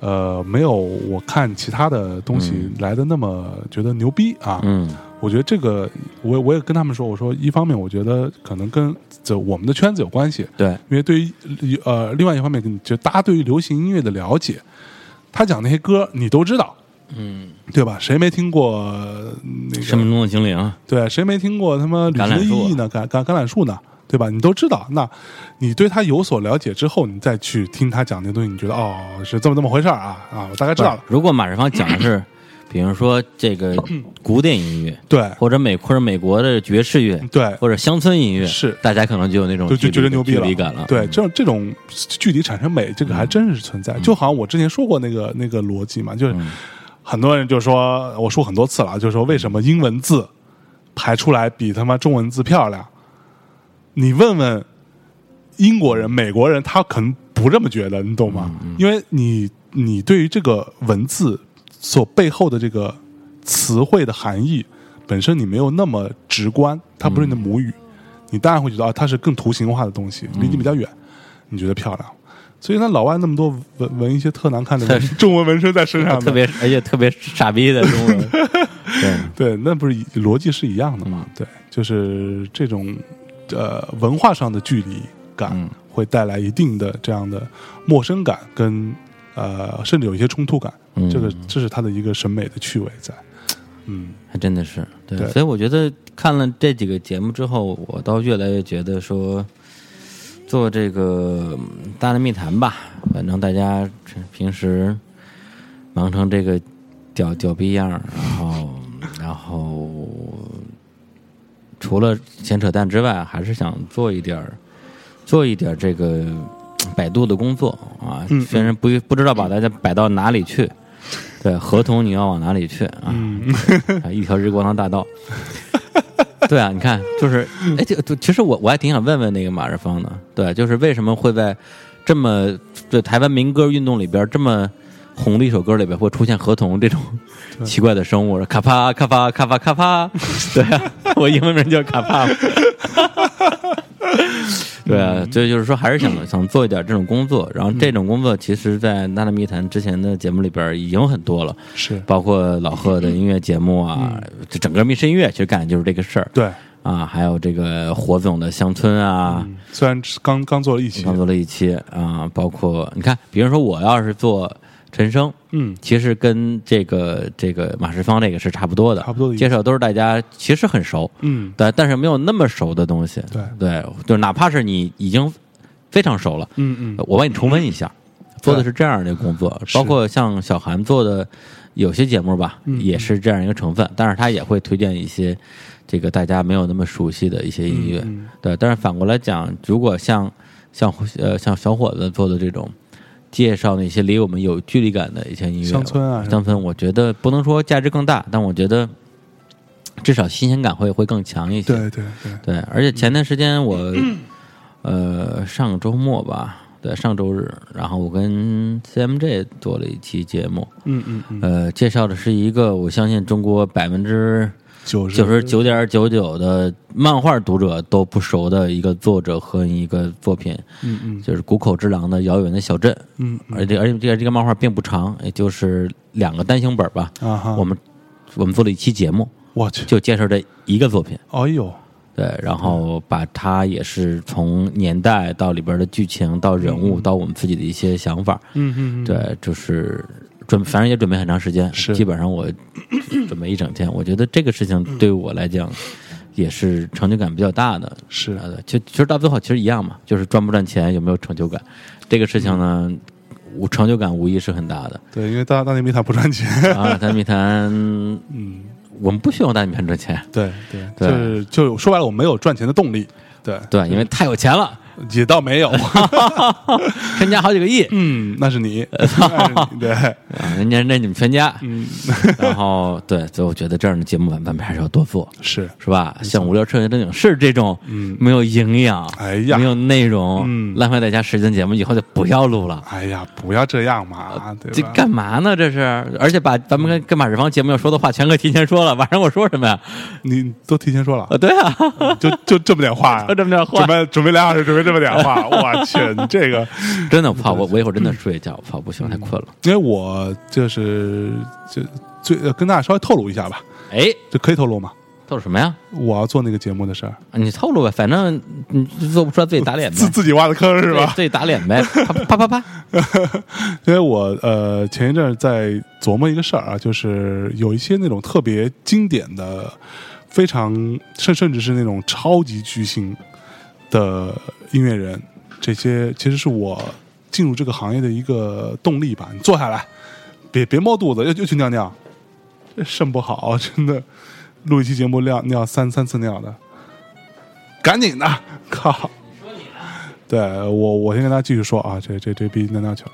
A: 呃没有我看其他的东西来的那么觉得牛逼啊。
B: 嗯
A: 我觉得这个，我我也跟他们说，我说一方面我觉得可能跟这我们的圈子有关系，
B: 嗯
A: 因
B: 对，
A: 为对啊于呃，另外一方面，就大家对于流行音乐的了解，他讲那些歌你都知道，
C: 嗯，
A: 对吧？谁没听过呃那
C: 生
A: 个？
C: 命中的精灵，
A: 对，谁没听过他妈旅行的意义呢？橄啊橄橄榄树呢？对吧？你都知道，那你对他有所了解之后，你再去听他讲那东西，你觉得哦，是这么这么回事儿啊啊，我大概知道了。
B: 如果马世芳讲 的是，比如说这个古典音乐，
A: 对，
B: 或者美或者美国的爵士乐，
A: 嗯对
B: 或者乡村音乐，
A: 是
B: 大家可能就有那种
A: 就就
B: 距离
A: 觉得牛逼
B: 距离感了。嗯
A: 对，这这种距离产生美，这个还真是存在。就好像我之前说过那个那个逻辑嘛，就是
B: 嗯
A: 很多人就说，我说很多次了，就是说为什么英文字排出来比他妈中文字漂亮？你问问英国人、美国人，他可能不这么觉得，你懂吗？因为你你对于这个文字所背后的这个词汇的含义本身，你没有那么直观，它不是你的母语，你当然会觉得啊，它是更图形化的东西，离你比较远，你觉得漂亮。所以，那老外那么多纹纹一些特难看的纹中文纹身在身上
B: 嗯特
A: 的，
B: 别而且特别傻逼的 中文，对，
A: 对，那不是一逻辑是一样的嘛？
B: 嗯
A: 对，就是这种呃文化上的距离感
B: 嗯
A: 会带来一定的这样的陌生感跟呃甚至有一些冲突感，
B: 嗯
A: 这个这是他的一个审美的趣味在。嗯，
B: 还真的是对
A: 对
B: 所以我觉得看了这几个节目之后，我倒越来越觉得说，做这个嗯大内密谈吧，反正大家平时忙成这个屌屌逼样儿，然后然后除了闲扯淡之外，还是想做一点儿做一点儿这个嗯百度的工作啊，
A: 嗯
B: 虽然不不知道把大家摆到哪里去。对，合同你要往哪里去啊？ 啊，一条日光堂大道。 对啊，你看，就是，哎，就就其实我我还挺想问问那个马世芳的，对，啊就是为什么会在这么对台湾民歌运动里边这么红的一首歌里边会出现河童这种奇怪的生物？卡帕卡帕卡帕卡帕，对啊， 我英文名叫卡帕嘛。 对啊，所以就是说，还是想想做一点这种工作，然后这种工作其实，在《纳纳密谈》之前的节目里边已经有很多了，
A: 是
B: 包括老贺的音乐节目啊，就整个密室音乐其实干的就是这个事儿
A: 嗯对，
B: 啊，还有这个火总的乡村啊，
A: 嗯，虽然是刚刚做了一期，
B: 创作了一期啊，包括你看，比如说我要是做陈升，
A: 嗯，
B: 其实跟这个这个马世芳这个是差不多的，
A: 差不多的意思
B: 介绍都是大家其实很熟，
A: 嗯，
B: 对，但是没有那么熟的东西，
A: 对
B: 对，就是哪怕是你已经非常熟了，
A: 嗯嗯，
B: 我帮你重温一下，做的是这样的工作，包括像小韩做的有些节目吧，
A: 嗯
B: 也是这样一个成分，但是他也会推荐一些这个大家没有那么熟悉的一些音乐，
A: 嗯
B: 对。但是反过来讲，如果像像呃像小伙子做的这种。介绍那些离我们有距离感的一些音乐，
A: 乡村啊
B: 乡村，我觉得不能说价值更大，但我觉得至少新鲜感会会更强一些。
A: 对对对，
B: 对，而且前段时间我，呃，上个周末吧，对，上周日，然后我跟 CMJ 做了一期节目，
A: 嗯嗯嗯，
B: 呃，介绍的是一个我相信中国百分之
A: 九十
B: 九十九点九九的漫画读者都不熟的一个作者和一个作品，
A: 嗯嗯
B: 就是谷口之狼的《遥远的小镇》，
A: 嗯
B: 而且而且这个这个漫画并不长，也就是两个单行本吧，
A: 啊哈，
B: 我们我们做了一期节目，
A: 我去，
B: 就介绍这一个作品。
A: 哎呦，
B: 对，然
A: 嗯
B: 后把它也是从年代到里边的剧情，到人物，到我们自己的一些想法，
A: 嗯嗯嗯，
B: 对，就是准，反正也准备很长时间，
A: 是
B: 基 本上我准备一整天。我觉得这个事情
A: 嗯
B: 对我来讲也是成就感比较大的。
A: 是
B: 啊，对其实其实到最后其实一样嘛，就是赚不赚钱，有没有成就感，这个事情呢，
A: 嗯
B: 无成就感无疑是很大 的
A: 对，因为大大内密探不赚钱，
B: 啊。大密谈，
A: 嗯。
B: 我们不需要大密谈赚钱，
A: 对对，
B: 对
A: 就是就说白了，我没有赚钱的动力，对，
B: 对，因为太有 钱了，
A: 也倒没 有，
B: 身家好几个亿。
A: 嗯，那是 你，那是你对，
B: 啊，人家那你们全家，嗯， 然后对，所以我觉得这样的节目咱咱们还是要多做，
A: 是
B: 是吧？像无聊科学正经是这种，
A: 嗯
B: 没有营养，
A: 哎呀
B: 没有内容，
A: 嗯
B: 浪费大家时间节目以后就不要录了。
A: 哎呀，不要这样嘛，对
B: 呃这
A: 吧？嗯
B: 干嘛呢？这是，而且把咱们跟跟马世芳节目要说的话全给提前说了，晚上我说什么呀？
A: 你都提前说了，
B: 啊，对啊，
A: 就就啊这么点话呀，
B: 就这么点话
A: 准备准备俩小时，准备这么点 话，我去，你这个，
B: 真的，我怕我我一会儿真
A: 嗯
B: 的睡一觉，我怕不行，太困了。
A: 因为我就是就最呃跟大家稍微透露一下吧，
B: 哎，
A: 这可以透露吗？
B: 透露什么呀？啊
A: 我要做那个节目的事儿，
B: 你透露呗，反正你做不出来自己打脸呗
A: 自，自己挖的坑是吧？
B: 自己打脸呗，啪啪啪啪，
A: 因为我呃前一阵儿在琢磨一个事儿啊，就是有一些那种特别经典的，非常甚甚至是那种超级巨星的音乐人，这些其实是我进入这个行业的一个动力吧。你坐下来，别别摸肚子，又又去尿尿，这肾不好，真的。录一期节目尿尿三三次尿的，赶紧的，靠！对我，我先跟大家继续说啊，这这这逼尿尿去了。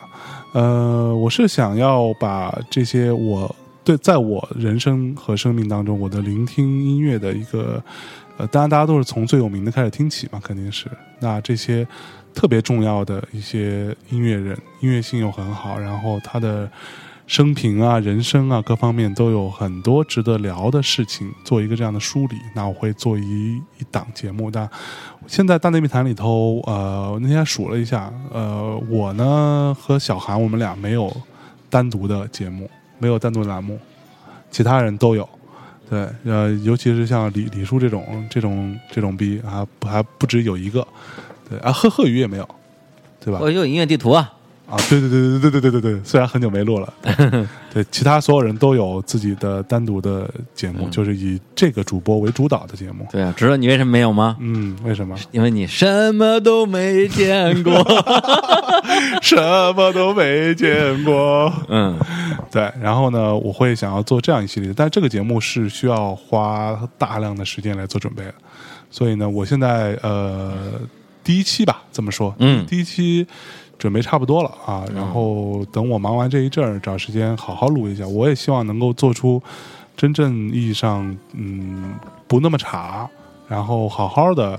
A: 呃，我是想要把这些我对在我人生和生命当中我的聆听音乐的一个，呃，当然大家都是从最有名的开始听起嘛，肯定是。那这些特别重要的一些音乐人，音乐性又很好，然后他的生平啊、人生啊各方面都有很多值得聊的事情，做一个这样的梳理。那我会做一一档节目，但现在大内密谈里头，呃，那天数了一下，呃，我呢和小韩我们俩没有单独的节目，没有单独的栏目，其他人都有。对，呃，尤其是像李李叔这种这种这种逼，还不还不止有一个，对啊，贺贺宇也没有，对吧？
B: 我有音乐地图啊，
A: 啊，对对对对对对对对对，虽然很久没录了，对对，其他所有人都有自己的单独的节目，就是以这个主播为主导的节目。
B: 对啊，知道你为什么没有吗？
A: 嗯，为什么？
B: 因为你什么都没见过，
A: 什么都没见过。
B: 嗯，
A: 对，然后呢，我会想要做这样一系列，但这个节目是需要花大量的时间来做准备的，所以呢，我现在呃第一期吧，这么说，
B: 嗯
A: 第一期准备差不多了啊，然后等我忙完这一阵儿，找时间好好录一下，我也希望能够做出真正意义上嗯不那么差，然后好好的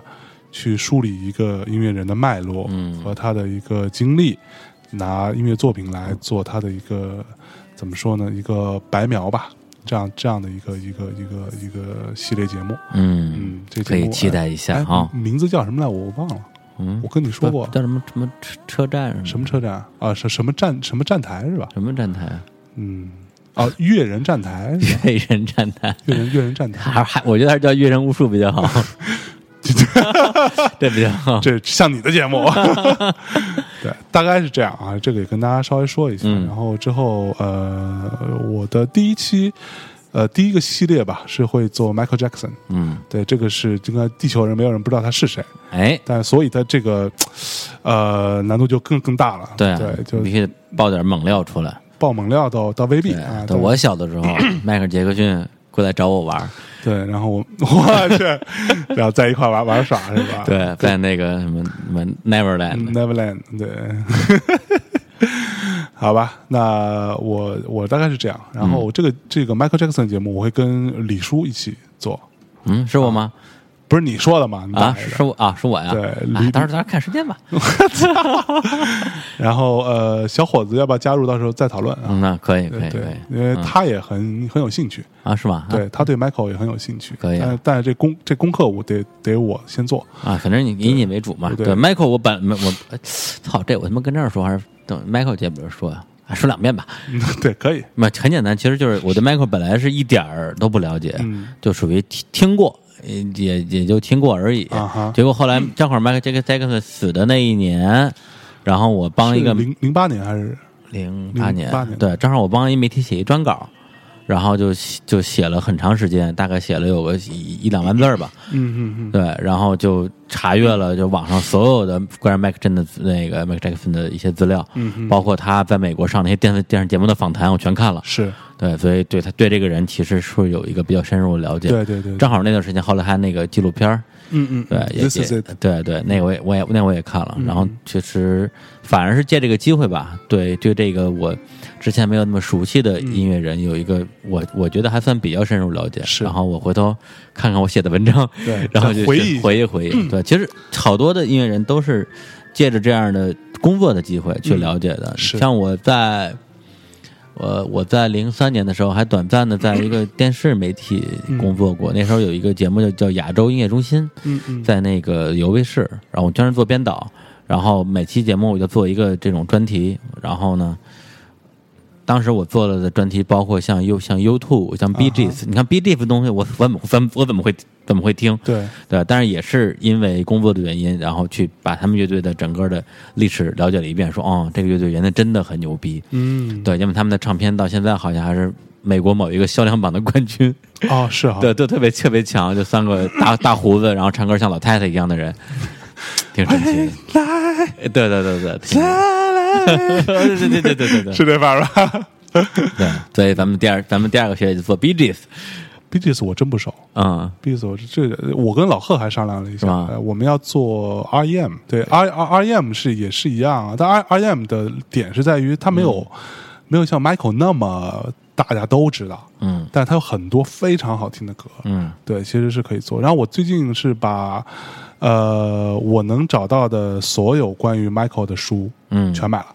A: 去梳理一个音乐人的脉络
B: 嗯
A: 和他的一个经历。拿音乐作品来做他的一个怎么说呢？一个白描吧，这样这样的一个一个一个一个系列节目。
B: 嗯
A: 嗯，这节
B: 可
A: 目
B: 以期待一
A: 哎
B: 下啊
A: 哎。名字叫什么来？我忘了。
B: 嗯
A: 我跟你说过
B: 叫什么什么车车站
A: 什
B: 什么
A: 么车站啊？什什么站什么站台是吧？
B: 什么站台啊？
A: 嗯，啊，越人站 台，
B: 越人站台，
A: 越人越人站台，
B: 还还我觉得还是叫越人巫术比较好，对比较好。
A: 这像你的节 目。对，大概是这样啊。这个也跟大家稍微说一下。
B: 嗯
A: 然后之后呃，我的第一期呃第一个系列吧是会做 Michael Jackson。
B: 嗯，
A: 对，这个是这个地球人，没有人不知道他是谁，
B: 哎，
A: 但所以他这个，呃，难度就更更大了。
B: 对啊，
A: 就
B: 必须得爆点猛料出来。
A: 爆猛料到到未必
B: 对
A: 啊。
B: 等
A: 对
B: 我小的时候，迈克尔杰克逊过来找我玩儿，
A: 对，然后我 我去，然后在一块玩玩耍是吧？
B: 对，在那个什么什么 Neverland，
A: ，Neverland，对， 好吧，那我我大概是这样。然
B: 嗯
A: 后这个、这个 Michael Jackson 的节目，我会跟李叔一起做，
B: 嗯，是我吗？
A: 不是你说的吗？你
B: 啊，
A: 大爷的
B: 是我啊，是我呀。
A: 对
B: 啊
A: 李
B: 到时候到时候看时 间吧。
A: 然后呃，小伙子要不要加入？到时候再讨论啊。
B: 嗯，那可以，可以，可
A: 对
B: 以，
A: 因为他也很很有兴趣，
B: 啊，是吗？啊
A: 对他对 Michael 也很有兴趣，
B: 可以啊
A: 但是但是这功这功课我得得我先做，
B: 啊，反正你以你为主嘛。
A: 对
B: 对，Michael，我本我哎操，这我他妈跟这儿说还是等 Michael 姐不是说呀？啊说两遍吧，
A: 嗯对，可以，
B: 那很简单，其实就是我对 Michael 本来是一点儿都不了解，
A: 嗯
B: 就属于听听过，也也也就听过而已。
A: 啊哈
B: 结果后来正好 Michael Jack- Jackson 死的那一年，然后我帮一个
A: 零零八年还是
B: 零八年，
A: 08年
B: 对，正好我帮一媒体写一专稿，然后就就写了很长时间，大概写了有个一一两万字儿吧。
A: 嗯嗯
B: 对，然后就查阅了就网上所有的关于麦克真的那个麦克 Jackson 的一些资料，
A: 嗯嗯，
B: 包括他在美国上那些电视电视节目的访谈，我全看了。
A: 是
B: 对，所以对他对这个人其实是有一个比较深入的了解。
A: 对对对，
B: 正好那段时间，后来他那个纪录片儿，
A: 嗯嗯，
B: 对，
A: 嗯
B: 也
A: ，This is
B: 也
A: it，嗯
B: 对对，那个我也我也那我也看了，然后其实反而是借这个机会吧，对对这个我之前没有那么熟悉的
A: 嗯
B: 音乐人有一个我我觉得还算比较深入了解，
A: 是
B: 然后我回头看看我写的文章，
A: 对
B: 然后
A: 再
B: 就
A: 回
B: 是
A: 忆一下嗯
B: 回忆回忆，对，其实好多的音乐人都是借着这样的工作的机会去了解的，
A: 嗯是
B: 像我在。我我在零三年的时候还短暂的在一个电视媒体工作过，那时候有一个节目叫叫亚洲音乐中心，
A: 嗯嗯，
B: 在那个有卫视，然后我当时做编导，然后每期节目我就做一个这种专题，然后呢，当时我做了的专题包括像 U 像 U Two 像
A: 啊
B: B G S，、你看 B G S 东西我我怎么分我怎么会怎么会听？
A: 对
B: 对，但是也是因为工作的原因，然后去把他们乐队的整个的历史了解了一遍，说哦，这个乐队原来真的很牛逼。
A: 嗯，
B: 对，因为他们的唱片到现在好像还是美国某一个销量榜的冠军。
A: 哦，是哈，
B: 对，都特别特别强，就三个 大大胡子，然后唱歌像老太太一样的人，挺神奇的。
A: 来
B: 哎对对对对，挺
A: 来来，
B: 对对对对对 对
A: 是这范儿吧
B: 对，所以咱们第二咱们第二个学姐就做 B G S，
A: ？B G S 我真不熟。
B: 嗯
A: B G S 这个我跟老贺还商量了一
B: 是
A: 下
B: 吗，
A: 呃我们要做 R E M，对 R R R E M 是也是一样啊，但 R R E M 的点是在于它没有
B: 嗯
A: 没有像 Michael 那么大家都知道，
B: 嗯
A: 但它有很多非常好听的歌，
B: 嗯
A: 对，其实是可以做。然后我最近是把呃我能找到的所有关于 Michael 的书
B: 嗯，
A: 全买了，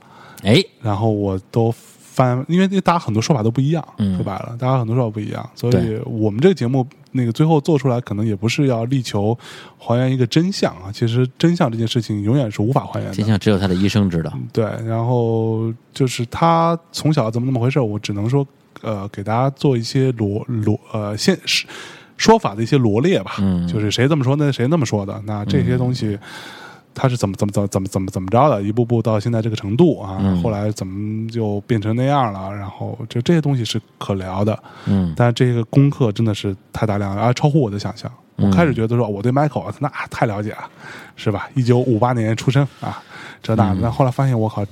B: 哎，
A: 然后我都翻，因为大家很多说法都不一样，
B: 嗯
A: 说白了，大家很多说法不一样，所以
B: 对
A: 我们这个节目那个最后做出来，可能也不是要力求还原一个真相啊。其实真相这件事情永远是无法还原
B: 真
A: 的。
B: 相只有他的医生知道。
A: 对，然后就是他从小怎么怎么回事，我只能说，呃，给大家做一些罗罗呃现实说法的一些罗列吧，
B: 嗯
A: 就是谁这么说，那谁那么说的，那这些东西。他是怎么怎么怎么怎么怎么怎么着的，一步步到现在这个程度啊，
B: 嗯
A: 后来怎么就变成那样了？然后就这些东西是可聊的，
B: 嗯
A: 但这个功课真的是太大量了，啊，超乎我的想象。我
B: 嗯
A: 开始觉得说我对 Michael 啊那太了解了，是吧？一九五八年出生啊，这
B: 嗯
A: 那的，但后来发现我靠，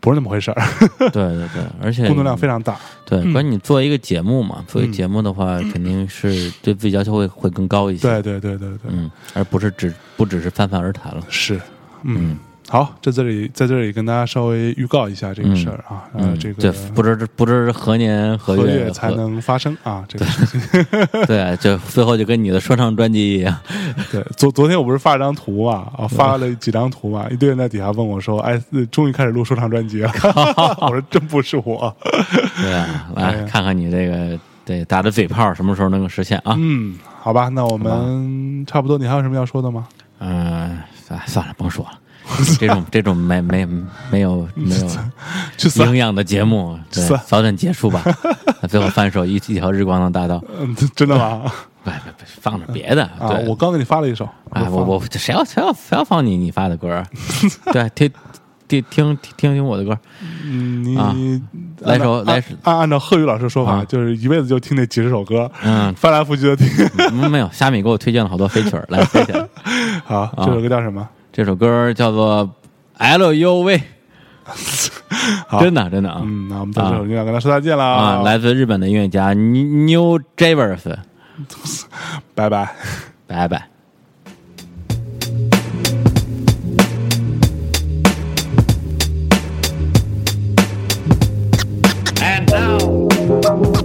A: 不是那么回事儿，
B: 对对 对，而且
A: 工作量非常嗯大。
B: 对，关键你做一个节目嘛，做一个节目的话，肯定是对自己要求会会更高一些。
A: 对对对对对，
B: 嗯，而不是只不只是泛泛而谈了。
A: 是，嗯。好，在这里，在这里跟大家稍微预告一下这个事儿啊，呃，
B: 嗯，
A: 这个
B: 这不知不知何年何
A: 合
B: 月
A: 约才
B: 何
A: 能发生啊，这个事情。
B: 对，就最后就跟你的说唱专辑一样，
A: 对，昨昨天我不是发了张图嘛，啊，发了几张图嘛，一堆人在底下问我说，哎，呃终于开始录说唱专辑了， 我说真不是我，
B: 对啊，
A: 哎
B: 来看看你这个对打着嘴炮什么时候能够实现啊？
A: 嗯，好吧，那我们差不多，你还有什么要说的吗？
B: 嗯，哎算了，甭说了，这种这种没没没有 没有
A: 去死！
B: 营养的节目，对
A: 算，
B: 早点结束吧。 最后翻手一一条日光能大道，
A: 嗯， 真的吗？
B: 哎，别别放点别的，
A: 啊，
B: 对
A: 我刚给你发了一首，
B: 啊，我我谁要谁要谁要放你你发的歌儿？ 对，听听听听听我的歌儿，
A: 嗯你
B: 啊来
A: 按照
B: 首来
A: 按
B: 首
A: 按按照贺宇老师说法，
B: 啊
A: 就是一辈子就听那几十首歌，
B: 嗯
A: 翻来覆去的听。
B: 嗯没有，虾米给我推荐了好多飞曲儿，来飞起来。
A: 好，
B: 啊
A: 这首歌叫什么？
B: 这首歌叫做《L U V》，
A: 好
B: 真的真的啊、
A: 嗯，那我们在这首歌要跟大家说再见了
B: 啊，，来自日本的音乐家 New Javers，
A: 拜拜。
B: 拜拜。
C: And now.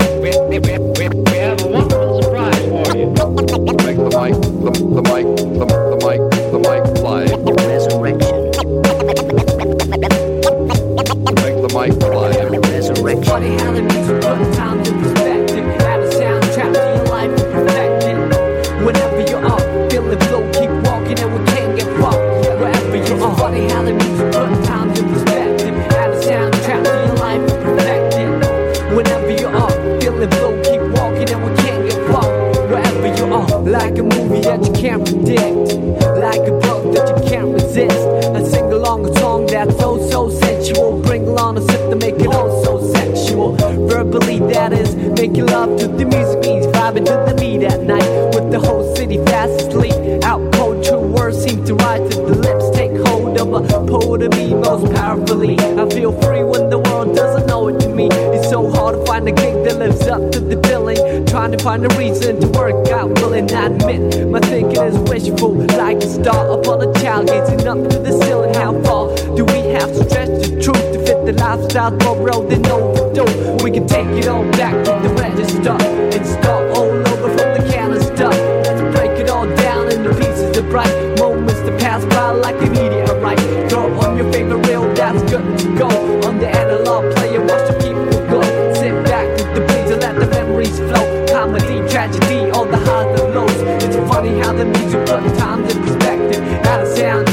C: We have a wonderful surprise for you.
D: Make the mic, the, the mic, the, the mic, the mic fly.
E: Resurrection.
D: Make the mic fly.
E: Resurrection.
F: Funny how the music put time to perspective. Out of sound, trapped in your life, perfected. Whenever you're up, feeling low, keep walking and we can't get far. Wherever you are, funny how the music put time to perspective. Out of sound, trapped in your life, perfected. Whenever you're up, feeling low, keep walking and we can't get far. Wherever you are, like a movie that you can't predict, like a drug that you can't resist. And sing along a song that's so so sensual. Bring along a sip to make it all so sexual. Verbally, that is making love to the music means vibing to the beat at night with the whole city fast asleep. Out cold, true words seem to rise to the lips. Take hold of a poet of me most powerfully. I feel free when the world doesn't know it to me. It's so hard to find a gig that lives up to the billing. Trying to find a reason to work out, willing I admit my thinking is wishful, like a star upon a child gazing up to the ceiling. How far do we have to stretch the truth to fit the lifestyle borrowed and overdue? We can take it all back to the register and start all over from the canister. Let's break it all down into pieces of bright moments that pass by like a meteorite. Throw on your favorite reel, that's good to go. On the analog player, watch the people go. Sit back with the breeze and let the memories flow. Comedy, tragedy, all the highs and lows. It's funny how the music put times in perspective. Out of sound,